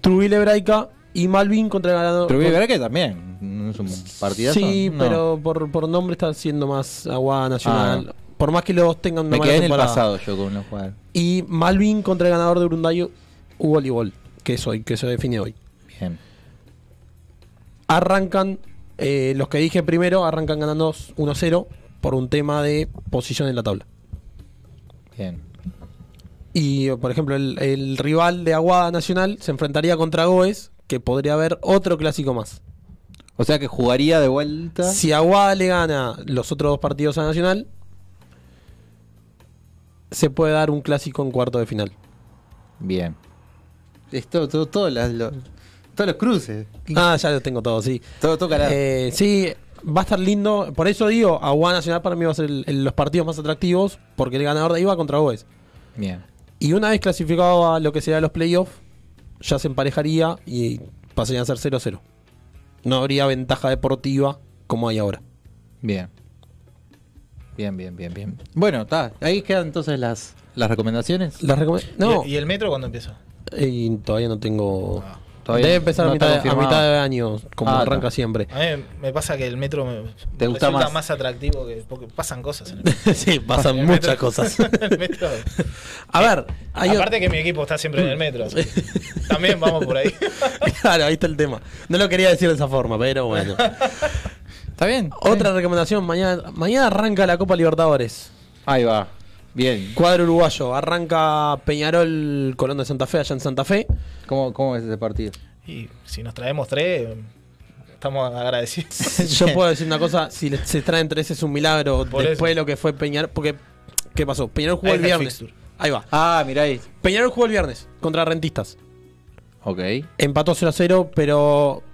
Speaker 3: Trubile Hebraica y Malvin contra el ganador.
Speaker 1: Pero
Speaker 3: con-
Speaker 1: verá que también. No es un partidazo.
Speaker 3: Sí,
Speaker 1: No. Ah.
Speaker 3: pero por, por nombre está siendo más Aguada Nacional. Por más que los tengan una
Speaker 1: Me
Speaker 3: mala
Speaker 1: quedé en el
Speaker 3: temporada.
Speaker 1: pasado yo con los jugadores.
Speaker 3: Y Malvin contra el ganador de Urundayo, u voleibol, que es hoy, que se define hoy.
Speaker 1: Bien.
Speaker 3: Arrancan, eh, los que dije primero, arrancan ganando 1-0 por un tema de posición en la tabla.
Speaker 1: Bien.
Speaker 3: Y, por ejemplo, el, el rival de Aguada Nacional se enfrentaría contra Goes, que podría haber otro clásico más.
Speaker 1: O sea que jugaría de vuelta.
Speaker 3: Si Aguada le gana los otros dos partidos a Nacional, se puede dar un clásico en cuarto de final.
Speaker 1: Bien. Es todo, todo, todo las- lo- todos los cruces.
Speaker 3: Ah, ya lo tengo todo, sí.
Speaker 1: Todo, todo calado.
Speaker 3: Eh, sí, va a estar lindo. Por eso digo, Aguada Nacional para mí va a ser el- el- los partidos más atractivos, porque el ganador de ahí va contra Goes.
Speaker 1: Bien.
Speaker 3: Y una vez clasificado a lo que sería los playoffs, ya se emparejaría y pasarían a ser 0-0. No habría ventaja deportiva como hay ahora.
Speaker 1: Bien. Bien, bien, bien, bien. Bueno, está. Ahí quedan entonces las, las recomendaciones.
Speaker 3: Las recome- no,
Speaker 5: ¿Y, y el metro cuándo empieza?
Speaker 3: y todavía no tengo.
Speaker 1: todavía
Speaker 3: Debe empezar
Speaker 1: no
Speaker 3: a,
Speaker 1: está
Speaker 3: mitad de, a
Speaker 1: confirmado.
Speaker 3: mitad de año, como
Speaker 1: Ah,
Speaker 3: arranca
Speaker 1: está.
Speaker 3: siempre.
Speaker 5: A mí me pasa que el metro me
Speaker 1: ¿Te gusta
Speaker 5: resulta
Speaker 1: más?
Speaker 5: más? atractivo que, porque pasan cosas en el metro.
Speaker 3: sí, pasan
Speaker 5: En el
Speaker 3: muchas
Speaker 5: metro-
Speaker 3: cosas.
Speaker 5: el metro.
Speaker 3: A ver, hay o-
Speaker 5: Aparte que mi equipo está siempre en el metro. así que También vamos por ahí.
Speaker 3: Claro, ahí está el tema. No lo quería decir de esa forma, pero bueno.
Speaker 1: ¿Está bien?
Speaker 3: Otra recomendación, mañana, mañana arranca la Copa Libertadores.
Speaker 1: Ahí va. Bien.
Speaker 3: Cuadro uruguayo, arranca Peñarol Colón de Santa Fe, allá en Santa Fe.
Speaker 1: ¿Cómo, cómo es ese partido?
Speaker 5: Y si nos traemos tres, estamos agradecidos.
Speaker 3: Yo puedo decir una cosa, si le- se traen tres es un milagro
Speaker 5: Por
Speaker 3: después de lo que fue Peñarol, porque ¿qué pasó? Peñarol jugó
Speaker 5: Ahí
Speaker 3: el
Speaker 5: está el
Speaker 3: viernes.
Speaker 5: fixture.
Speaker 3: Ahí va.
Speaker 1: Ah, miráis.
Speaker 3: Peñarol jugó el viernes contra Rentistas.
Speaker 1: Ok.
Speaker 3: Empató 0 a 0, pero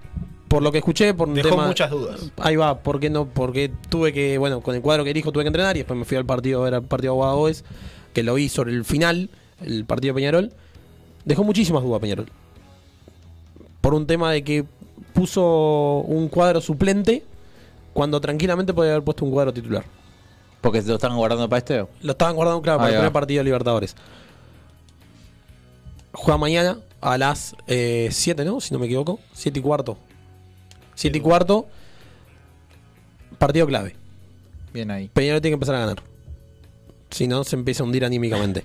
Speaker 3: por lo que escuché, por un
Speaker 5: Dejó
Speaker 3: tema-
Speaker 5: muchas dudas.
Speaker 3: Ahí va, ¿por qué no? Porque tuve que, bueno, con el cuadro que elijo tuve que entrenar y después me fui al partido, era el partido Aguada Boys, que lo vi sobre el final, el partido de Peñarol. Dejó muchísimas dudas Peñarol. Por un tema de que puso un cuadro suplente cuando tranquilamente podía haber puesto un cuadro titular.
Speaker 1: Porque se lo están guardando para este.
Speaker 3: Lo estaban guardando, claro, para
Speaker 1: Ahí
Speaker 3: el
Speaker 1: va.
Speaker 3: primer partido de Libertadores. Juega mañana a las 7, ¿no? Si no me equivoco. 7 y cuarto. 7 y cuarto. Partido clave.
Speaker 1: Bien ahí.
Speaker 3: Peñarol tiene que empezar a ganar. Si no, se empieza a hundir anímicamente.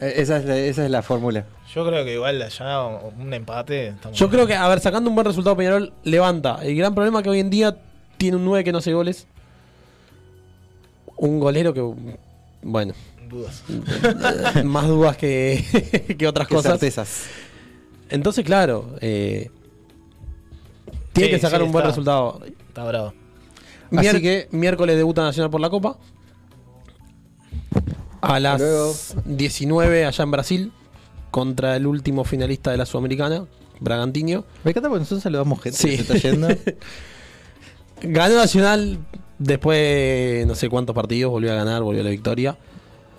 Speaker 1: Eh, Esa es la, esa es la fórmula.
Speaker 5: Yo creo que igual allá un empate. estamos
Speaker 3: Yo creo
Speaker 5: bien.
Speaker 3: que, a ver, sacando un buen resultado, Peñarol levanta. El gran problema es que hoy en día tiene un 9 que no hace goles. Un golero que. Bueno,
Speaker 5: Dudas.
Speaker 3: más dudas que, que otras
Speaker 5: Que
Speaker 3: cosas.
Speaker 5: certezas.
Speaker 3: Entonces, claro, eh, tiene
Speaker 5: Sí,
Speaker 3: que sacar
Speaker 5: sí,
Speaker 3: un buen
Speaker 5: está.
Speaker 3: resultado.
Speaker 5: Está bravo.
Speaker 3: Así que miércoles debuta Nacional por la Copa. A las
Speaker 5: Luego.
Speaker 3: 19 allá en Brasil contra el último finalista de la Sudamericana, Bragantino.
Speaker 1: Me encanta porque nosotros saludamos gente que ¿Este se está yendo.
Speaker 3: Ganó Nacional después de no sé cuántos partidos, volvió a ganar, volvió a la victoria.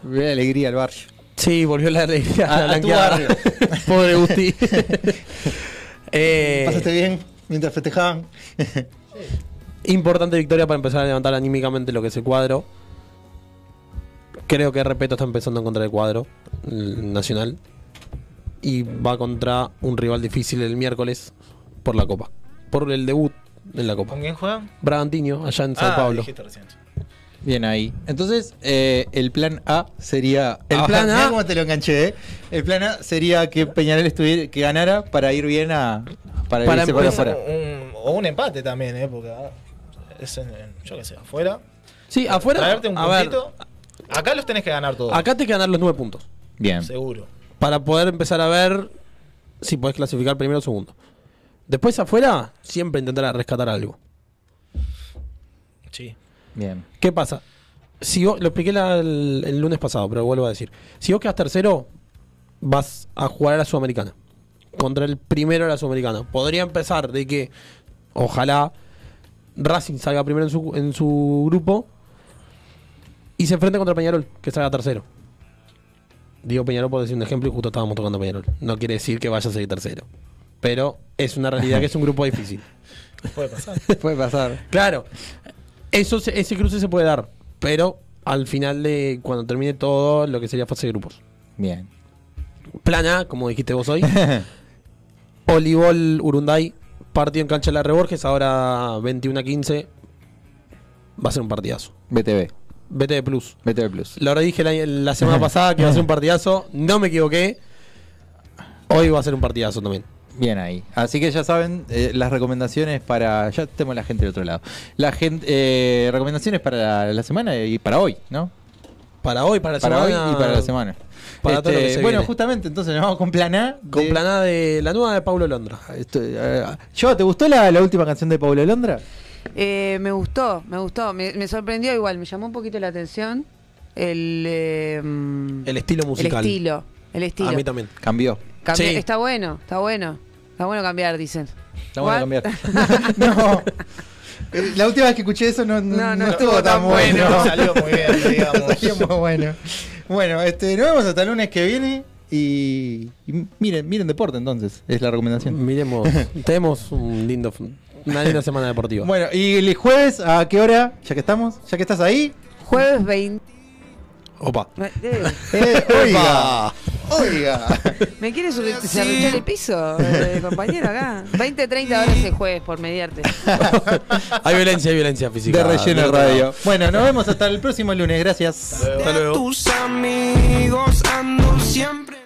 Speaker 1: Volvió la alegría al barrio.
Speaker 3: Sí, volvió la alegría
Speaker 1: A-
Speaker 3: a la
Speaker 1: a tu
Speaker 3: blanqueada.
Speaker 1: barrio.
Speaker 3: Pobre Gusti. Eh,
Speaker 1: ¿Pasaste bien mientras festejaban?
Speaker 3: Importante victoria para empezar a levantar anímicamente lo que es el cuadro. Creo que Repeto está empezando contra el cuadro el nacional. Y va contra un rival difícil el miércoles por la Copa. Por el debut en la Copa.
Speaker 5: ¿Con quién juegan?
Speaker 3: Bragantino, allá en Sao
Speaker 5: Ah,
Speaker 3: Paulo.
Speaker 5: dijiste recién.
Speaker 1: Bien ahí. Entonces, eh, el plan A sería.
Speaker 3: El
Speaker 1: Ah,
Speaker 3: plan
Speaker 1: mirá
Speaker 3: A-
Speaker 1: cómo te lo enganché, eh. El plan A sería que Peñarol estuviera, que ganara para ir bien a. Para,
Speaker 3: Para
Speaker 1: irse para
Speaker 3: empezar-
Speaker 1: afuera.
Speaker 5: Un- o un empate también, ¿eh? Porque ah, es en- en- yo qué sé, afuera.
Speaker 3: Sí, afuera.
Speaker 5: Traerte un
Speaker 3: a ver,
Speaker 5: puntito. acá los tenés que ganar todos.
Speaker 3: acá te quedan los nueve puntos.
Speaker 1: Bien.
Speaker 5: Seguro.
Speaker 3: Para poder empezar a ver si podés clasificar primero o segundo. Después afuera, siempre intentar rescatar algo.
Speaker 5: Sí.
Speaker 1: Bien.
Speaker 3: ¿Qué pasa? Si vos- lo expliqué la- el, el lunes pasado, pero vuelvo a decir. Si vos quedas tercero, vas a jugar a la Sudamericana. Contra el primero de la Sudamericana. Podría empezar de que, ojalá, Racing salga primero en su, en su grupo y se enfrente contra Peñarol, que salga tercero. Digo Peñarol por decir un ejemplo y justo estábamos tocando Peñarol. No quiere decir que vaya a ser tercero. Pero es una realidad que es un grupo difícil.
Speaker 5: Puede pasar.
Speaker 1: Puede pasar.
Speaker 3: Claro. Eso, se- ese cruce se puede dar. Pero al final de cuando termine todo lo que sería fase de grupos.
Speaker 1: Bien.
Speaker 3: Plan A, como dijiste vos hoy. Olivol Urunday. Partido en cancha de la Reborges. Ahora 21 a 15. Va a ser un partidazo.
Speaker 1: BTV.
Speaker 3: BTV Plus.
Speaker 1: BTV Plus.
Speaker 3: Lo dije la, la semana pasada que va a ser un partidazo. No me equivoqué. Hoy va a ser un partidazo también.
Speaker 1: Bien ahí. Así que ya saben, eh, las recomendaciones para. Ya tenemos la gente del otro lado. La gente, eh, recomendaciones para la, la semana y para hoy, ¿no?
Speaker 3: Para hoy, para la
Speaker 1: Para
Speaker 3: semana.
Speaker 1: hoy y para la semana.
Speaker 3: Para todo lo que
Speaker 1: Este,
Speaker 3: se
Speaker 1: bueno,
Speaker 3: viene.
Speaker 1: justamente, entonces nos vamos con plan A.
Speaker 3: Con plan A de la nueva de Paulo Londra.
Speaker 1: Yo, eh, ¿te gustó la, la última canción de Pablo Londra?
Speaker 12: Eh, me gustó, me gustó. Me, me sorprendió igual, me llamó un poquito la atención el, eh, mm,
Speaker 3: El estilo musical.
Speaker 12: El estilo, el estilo.
Speaker 3: A mí también.
Speaker 1: Cambió.
Speaker 12: Cambió-
Speaker 3: Sí.
Speaker 12: Está bueno, está bueno. Está bueno cambiar, dicen.
Speaker 1: La vamos a
Speaker 12: What?
Speaker 1: cambiar. no. La última vez que escuché eso no, no, no estuvo, tan bueno.
Speaker 5: No salió muy bien, digamos.
Speaker 1: No salió muy bueno. Bueno, este, nos vemos hasta el lunes que viene. Y, y miren, miren deporte entonces, es la recomendación.
Speaker 3: Miremos, tenemos un lindo, una linda semana deportiva.
Speaker 1: Bueno, y el jueves, ¿a qué hora? Ya que estamos, ya que estás ahí.
Speaker 12: Jueves 20.
Speaker 3: Opa.
Speaker 1: Eh, oiga,
Speaker 3: Opa.
Speaker 1: oiga.
Speaker 12: ¿Me quieres subir el piso, eh, compañero acá? 20, 30 horas el jueves por mediarte.
Speaker 3: Hay violencia, hay violencia física.
Speaker 1: De relleno
Speaker 3: Del otro
Speaker 1: radio.
Speaker 3: lado.
Speaker 1: Bueno, nos vemos hasta el próximo lunes, gracias.
Speaker 3: Hasta luego.
Speaker 6: Tus amigos ando siempre.